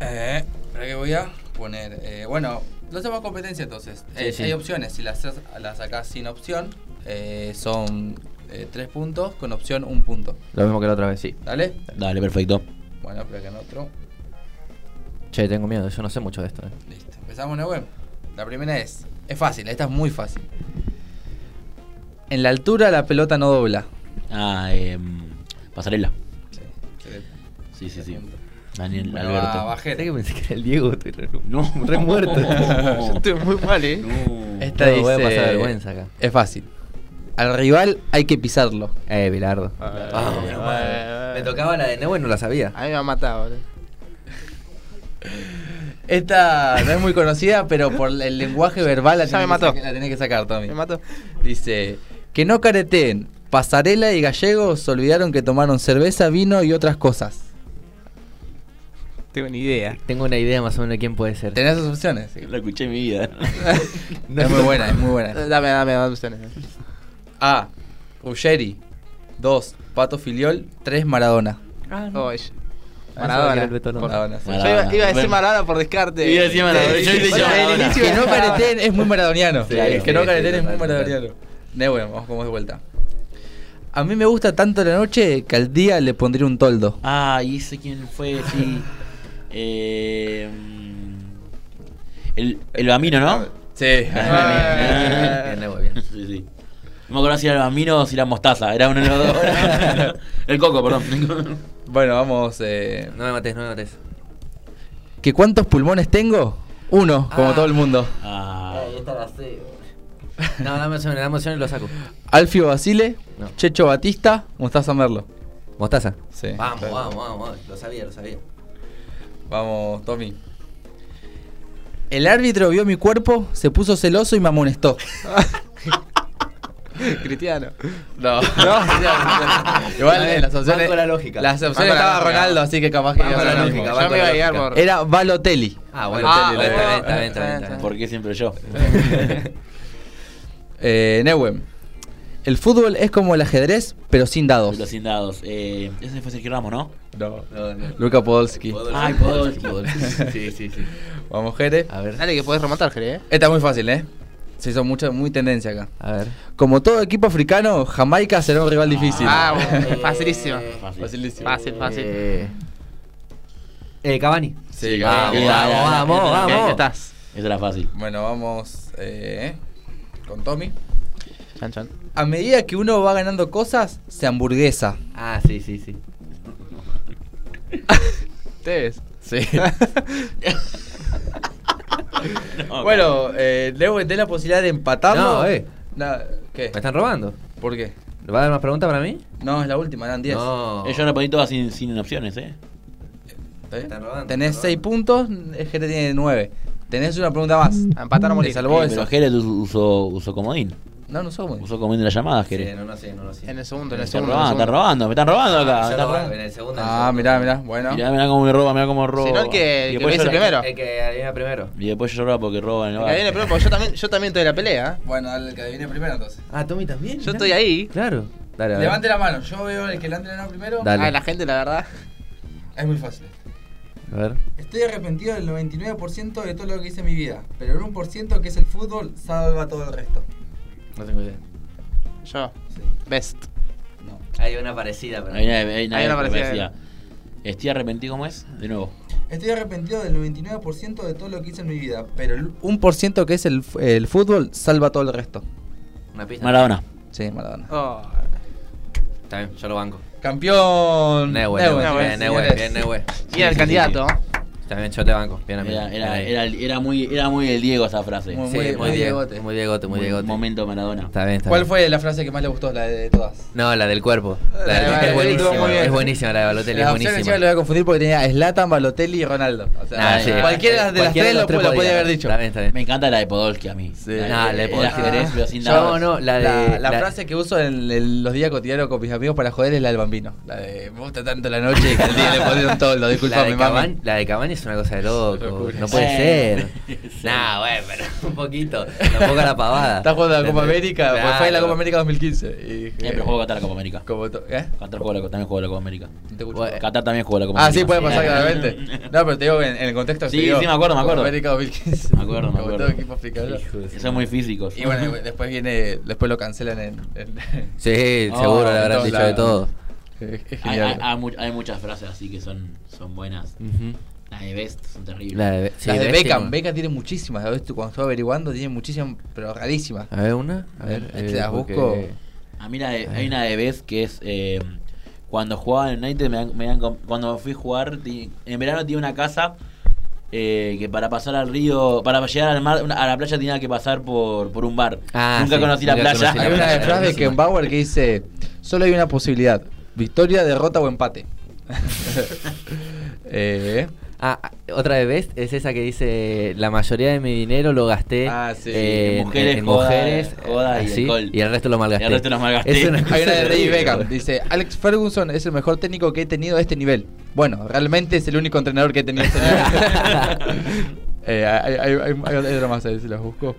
S2: Eh, ¿Para qué voy a poner? Eh, bueno, no hacemos competencia entonces. Eh,
S1: Sí, sí.
S2: Hay opciones. Si las, haces- las sacás sin opción, eh, son eh, tres puntos. Con opción, un punto.
S1: Lo mismo que la otra vez, sí.
S2: ¿Dale?
S4: Dale, perfecto.
S2: Bueno, pero que en otro.
S1: Che, tengo miedo, yo no sé mucho de esto. eh.
S2: Listo. Empezamos, Nahue. La primera es. Es fácil, esta es muy fácil. En la altura la pelota no dobla.
S4: Ah, eh, pasarela.
S2: Sí,
S4: Sí, sí, sí. Daniel
S2: Bueno,
S4: Alberto.
S2: va, va, Jere.
S1: Pensé que pensé que era <laughs> el Diego, estoy re,
S4: No.
S1: re muerto.
S4: <laughs> No.
S3: Estoy muy mal, ¿eh?
S4: No.
S2: Esta
S1: No, voy a
S2: dice-
S1: pasar vergüenza acá.
S2: Es fácil. Al rival hay que pisarlo.
S1: Eh, Bilardo.
S3: Ah, menos mal.
S1: Me tocaba la de Nehue, no la sabía.
S3: A mí me ha matado, boludo.
S2: Esta no es muy conocida, pero por el lenguaje verbal la,
S3: Ya me
S2: tenés,
S3: mató.
S2: Que, saca- la tenés que sacar, Tommy.
S3: Me mató.
S2: Dice, que no careteen. Pasarela y gallegos se olvidaron que tomaron cerveza, vino y otras cosas.
S3: Tengo ni idea.
S1: Tengo una idea más o menos de quién puede ser.
S2: ¿Tenés esas opciones?
S4: Lo escuché en mi vida.
S2: es muy buena, es muy
S3: Eh,
S2: buena.
S3: Dame, dame, dame opciones.
S2: A. Ruggeri. 2. Pato Filiol. 3. Maradona.
S3: Oye. Maradona.
S2: Maradona, sí.
S4: Maradona.
S3: Yo iba, iba a decir
S4: Bueno.
S3: Maradona por descarte.
S4: Iba a decir Maradona, yo dije
S3: Bueno,
S4: Maradona.
S3: el inicio
S2: Que
S3: es
S2: no
S3: Maradona.
S2: careteen es muy maradoniano.
S4: Sí,
S2: El que
S4: sí,
S2: no
S4: sí,
S2: careteen es
S1: total,
S2: muy maradoniano. De bueno, vamos como de vuelta. A mí me gusta tanto la noche que al día le pondría un toldo.
S4: Ah, y ese quién fue, sí. eh, el, el Bambino, ¿no?
S2: Sí.
S3: Ah.
S2: Bien, Leo, bien.
S4: Sí, sí. No me acuerdo si era el Bambino o si era Mostaza. Era uno de los dos. el Coco, <laughs> perdón.
S2: Bueno, vamos. eh,
S1: No me mates, no me mates.
S2: ¿Que cuántos pulmones tengo? Uno, como
S1: Ah.
S2: todo el mundo.
S4: Ah,
S1: esta la sé. No, dame opciones, dame opciones y lo saco.
S2: Alfio Basile,
S1: No.
S2: Checho Batista, Mostaza Merlo.
S1: Mostaza.
S2: Sí.
S1: Vamos, vamos, vamos, vamos. Lo sabía, lo sabía.
S2: Vamos, Tommy. El árbitro vio mi cuerpo, se puso celoso y me amonestó. <laughs>
S3: Cristiano.
S2: <laughs> No, Igual en las opciones.
S1: Banco la lógica.
S2: Las
S3: Banco
S2: opciones
S3: la
S2: estaba
S3: lógica.
S2: Ronaldo, así que capaz que
S1: Banco
S2: iba a
S1: la
S2: ser lo
S1: lógica,
S2: mismo.
S1: banco
S3: Yo me iba a guiar por.
S2: Era Balotelli.
S1: Ah, bueno,
S3: Ah,
S1: está bien,
S3: bueno.
S1: está bien, está bien, está bien, está bien.
S4: ¿por qué siempre yo?
S2: <laughs> Eh, Nehuen. El fútbol es como el ajedrez, pero sin dados.
S4: Los sin dados. Eh, ese fue Sergio Ramos, ¿no?
S2: No.
S1: No, no.
S2: Luca Podolski.
S4: Ay, Podolski.
S1: Sí, sí, sí.
S2: Vamos, Jere.
S1: A ver,
S3: Dale que podés remontar, Jere, eh.
S2: Esta es muy fácil, ¿eh? Se hizo mucha, muy tendencia acá.
S1: a ver.
S2: Como todo equipo africano, Jamaica será un rival difícil.
S3: Ah,
S4: <laughs>
S3: bueno. Facilísimo.
S2: <laughs>
S4: Fácil.
S2: Facilísimo.
S3: Fácil, fácil.
S1: Eh, eh, Cavani.
S2: Sí,
S1: Vamos,
S4: bien,
S1: vamos,
S4: bien,
S1: vamos,
S4: bien,
S1: vamos.
S4: bien,
S3: ¿Qué estás?
S4: Esa
S2: <laughs>
S4: era fácil.
S2: Bueno, vamos eh, con Tommy.
S3: Chan, chan.
S2: A medida que uno va ganando cosas, se hamburguesa.
S1: Ah, sí, sí, sí.
S2: ¿Ustedes? Sí.
S4: No,
S2: bueno, eh, Leo, ¿tenés la posibilidad de empatarlo?
S1: No, eh.
S2: Na- ¿Qué?
S1: Me están robando.
S2: ¿Por qué?
S1: ¿Va a dar más preguntas para mí?
S2: No, es la última, eran 10.
S1: No.
S4: Eh, Yo la poní toda sin, sin opciones, ¿eh?
S2: ¿Está bien?
S1: Están robando,
S2: ¿Eh? Tenés
S1: están
S2: 6 puntos, el GT tiene 9. Tenés una pregunta más.
S3: A empatar o
S2: Le
S3: morir.
S2: salvó
S4: Eh,
S2: eso.
S4: Pero Jerez usó, usó comodín.
S2: No, no somos.
S4: Usó comodín de las llamadas,
S1: Sí,
S4: Jerez.
S1: no lo sé, no lo sé.
S3: En el segundo, en
S4: Me
S3: el
S4: están
S3: segundo.
S4: robando, me están robando, me están robando acá. me
S1: Ah, Yo
S4: están
S1: lo-
S4: Ah, robando.
S1: en el segundo. en el
S2: Ah,
S1: segundo.
S2: mirá, mirá. Bueno.
S4: Mirá, mirá cómo me roba, mirá cómo roba.
S3: no, el que-
S4: Y
S3: el que
S4: después
S3: me dice
S4: llora-
S3: primero.
S1: El que adivina primero.
S4: Y después llora porque roba en el
S3: Acá viene,
S4: bar.
S3: pero porque yo también, yo también estoy en la pelea. ¿eh?
S2: Bueno, al que adivine primero entonces.
S1: Ah, Tommy también.
S3: Yo
S1: mirá.
S3: estoy ahí.
S1: Claro. Dale, a ver.
S2: Levante la mano, yo veo el que levante la mano primero.
S1: Dale.
S3: Ah, la gente, la verdad.
S2: Es muy fácil.
S1: A ver.
S2: Estoy arrepentido del 99% de todo lo que hice en mi vida, pero el 1% que es el fútbol salva todo el resto.
S1: No tengo idea.
S3: Yo.
S2: Sí.
S3: Best.
S2: No.
S1: Hay una parecida, pero.
S4: Hay una, hay una,
S3: Hay una
S4: que me
S3: parecida.
S4: decía, Estoy arrepentido, ¿cómo es? De nuevo.
S2: Estoy arrepentido del 99% de todo lo que hice en mi vida, pero el 1% que es el, f- el fútbol salva todo el resto.
S1: Una pista.
S4: Maradona.
S2: Sí, Maradona.
S3: Oh.
S1: Está bien, yo lo banco.
S2: Campeón.
S1: Nehue,
S2: Nehue,
S1: Nehue, bien,
S2: señores.
S1: Nehue, bien, Nehue.
S3: Y era el
S4: sí,
S3: candidato.
S1: Está bien, yo te banco. Bien, amigo.
S4: Era,
S1: Bien
S4: era,
S1: ahí.
S4: era, era muy, era muy el Diego esa frase.
S2: Muy-
S1: Sí, muy,
S2: muy
S1: diegote.
S2: diegote.
S1: Muy diegote, muy
S4: Muy
S1: diegote.
S4: Momento Maradona.
S1: Está bien, está
S2: ¿Cuál
S1: bien.
S2: fue la frase que más le gustó? La de todas.
S1: No, la del cuerpo. La
S2: La de
S1: del-
S2: Balotelli
S1: es buenísima.
S2: estuvo muy bien.
S1: Es buenísima la de Balotelli, es
S2: Las opciones
S1: buenísima.
S2: encima lo voy a confundir porque tenía Slatan, Balotelli y Ronaldo. O sea,
S1: Ah, sí.
S2: cualquiera de las
S1: Cualquiera
S2: tres lo, lo
S1: podía.
S2: podía haber dicho.
S1: Está bien, está bien.
S4: Me encanta la de Podolski a mí.
S2: Sí.
S1: Nah,
S4: el-
S1: la de
S4: el
S1: Podolski.
S4: ajedrez, <laughs> pero sin
S1: Yo
S4: dados.
S1: no, la de.
S2: La, la frase que uso en el- los días cotidianos con mis amigos para joder es la del bambino. La de me gusta tanto la noche
S1: <laughs>
S2: que al día le ponen todo, lo
S1: la
S2: disculpa
S1: de
S2: mi mamá.
S1: Cavani- la de Cavani es una cosa de loco.
S2: Locura.
S1: No puede
S4: Sí.
S1: ser.
S4: <laughs> Sí.
S1: Nah, bueno, pero <laughs> un poquito. Tampoco la pavada.
S2: <laughs> Está jugando la Copa
S1: ¿Entendés?
S2: América, pues fue en la
S1: Claro.
S2: Copa América 2015. Y dije,
S4: Eh, pero jugó Qatar la Copa América.
S2: como to- ¿eh?
S4: Qatar jugó la, también jugó la Copa América.
S2: No te escucho.
S1: Bueno,
S4: Qatar también jugó la Copa
S2: Ah,
S4: América.
S2: sí, puede pasar
S4: <laughs>
S2: claramente. No, pero te digo en, en el contexto que
S4: Sí,
S2: se dio.
S4: sí, me acuerdo, me
S2: Copa
S4: acuerdo.
S2: América 2015.
S4: Me acuerdo, me
S2: Como
S4: acuerdo.
S2: todo equipo africano.
S4: Son muy físicos.
S2: Y
S4: <laughs>
S2: bueno, eh, después viene, después lo cancelan en. en- <laughs>
S1: Sí,
S4: Oh,
S1: seguro le
S2: en
S1: habrán
S2: todos
S1: dicho de
S2: lados.
S1: todo.
S2: es es
S4: hay, hay-
S2: genial.
S4: hay mu- hay muchas frases así que son, son buenas. Las de Best son terribles.
S1: La de, sí,
S2: Las de
S1: Beckham.
S2: Beckham, Beckham tiene muchísimas, ¿sabes? Tú cuando estuve averiguando tiene muchísimas, pero rarísimas.
S1: A ver, una. A ver. eh,
S2: Ahí te las
S1: porque-
S2: busco.
S4: A mí la de- hay una de vez que es eh, cuando jugaba en el United, me dan- me dan com- cuando fui a jugar, ti- en verano tenía una casa eh, que para pasar al río, para llegar al mar, una- a la playa tenía que pasar por, por un bar.
S1: Ah,
S4: nunca
S1: sí,
S4: conocí la
S1: nunca
S4: playa.
S1: conocí
S2: Hay
S1: la
S2: una
S1: playa.
S2: de Franz
S4: <laughs>
S2: Beckenbauer que dice: Solo hay una posibilidad: victoria, derrota o <laughs> empate. eh,
S1: Ah, otra de Best es esa que dice: La mayoría de mi dinero lo gasté
S2: Ah, sí,
S1: eh, en
S4: en mujeres,
S1: en
S4: joda,
S1: mujeres,
S4: joda y
S1: así,
S4: alcohol.
S1: y el resto lo malgasté.
S4: El resto lo malgasté.
S1: Es una cosa
S2: hay una de Ray
S1: terrible.
S2: Beckham: Dice: Alex Ferguson es el mejor técnico que he tenido a este nivel. Bueno, realmente es el único entrenador que he tenido a este <laughs> nivel. Eh, hay, hay, hay- hay otra más, a ver si las busco.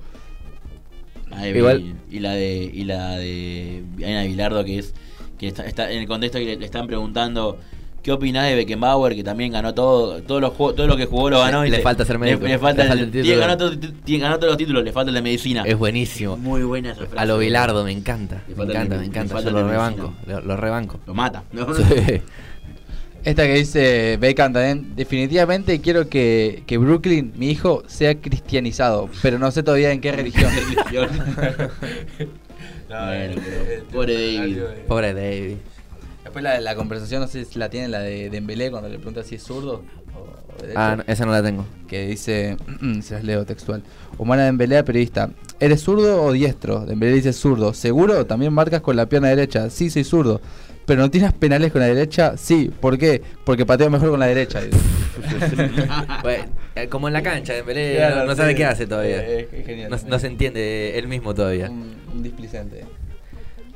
S4: La de-
S1: Igual-
S4: Y la de. Y la de. Hay una de Bilardo que es. que está, está- en el contexto que le, le están preguntando ¿Qué opinás de Beckenbauer que también ganó todo, todos los juegos, todo lo que jugó lo ganó? y
S1: Le
S4: se-
S1: falta ser médico,
S4: Le, le falta,
S1: le falta
S4: el-
S1: el título.
S4: tiene- ganó, todo- tiene- ganó todos los títulos, le falta el de medicina.
S1: Es
S4: <laughs>
S1: buenísimo.
S4: Muy buena esa frase.
S1: A lo Bilardo, me encanta.
S4: Le
S1: Me
S4: falta
S1: encanta,
S4: el-
S1: me
S4: le
S1: encanta.
S4: falta
S1: Yo lo
S4: el
S1: rebanco.
S4: medicina.
S1: Lo, lo rebanco. <laughs>
S4: Lo mata. ¿no?
S1: Sí.
S2: Esta que dice Beckham también, definitivamente quiero que, que Brooklyn, mi hijo, sea cristianizado, pero no sé todavía en qué <laughs> religión.
S1: <laughs>
S4: Religión. Bueno, pero pobre David.
S1: Pobre David.
S2: Después la, la conversación, no sé si la tienen, la de Dembélé, cuando le pregunta si es zurdo o derecho.
S1: Ah, no, esa no la tengo.
S2: que dice, <clears throat> se las leo textual. Humana Dembélé al periodista, ¿eres zurdo o diestro? Dembélé dice zurdo. ¿Seguro? También marcas con la pierna derecha. Sí, soy zurdo. ¿Pero no tiras penales con la derecha? Sí. ¿Por qué? Porque pateo mejor con la derecha. dice.
S1: <laughs> Bueno, eh, como en la cancha, Dembélé
S2: Claro,
S1: no, no sabe
S2: sí.
S1: qué hace todavía.
S2: Eh, es- es genial.
S1: No, no se entiende él mismo todavía.
S2: un, un displicente.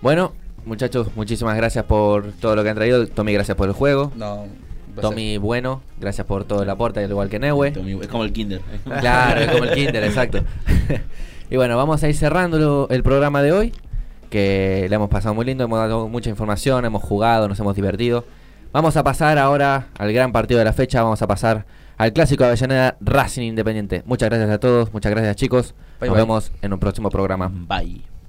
S1: Bueno, muchachos, muchísimas gracias por todo lo que han traído. Tommy, gracias por el juego.
S2: No. va a
S1: Tommy, bueno, gracias por todo el aporte, al igual que Nehue.
S4: Tommy, Es como el Kinder.
S1: Claro, es como el Kinder,
S2: <laughs>
S1: exacto. y bueno, vamos a ir cerrando lo- el programa de hoy, que le hemos pasado muy lindo, hemos dado mucha información, hemos jugado, nos hemos divertido. Vamos a pasar ahora al gran partido de la fecha, vamos a pasar al clásico Avellaneda Racing Independiente. Muchas gracias a todos, muchas gracias chicos.
S2: Bye,
S1: nos
S2: bye.
S1: Ah. vemos en un próximo programa.
S4: Bye.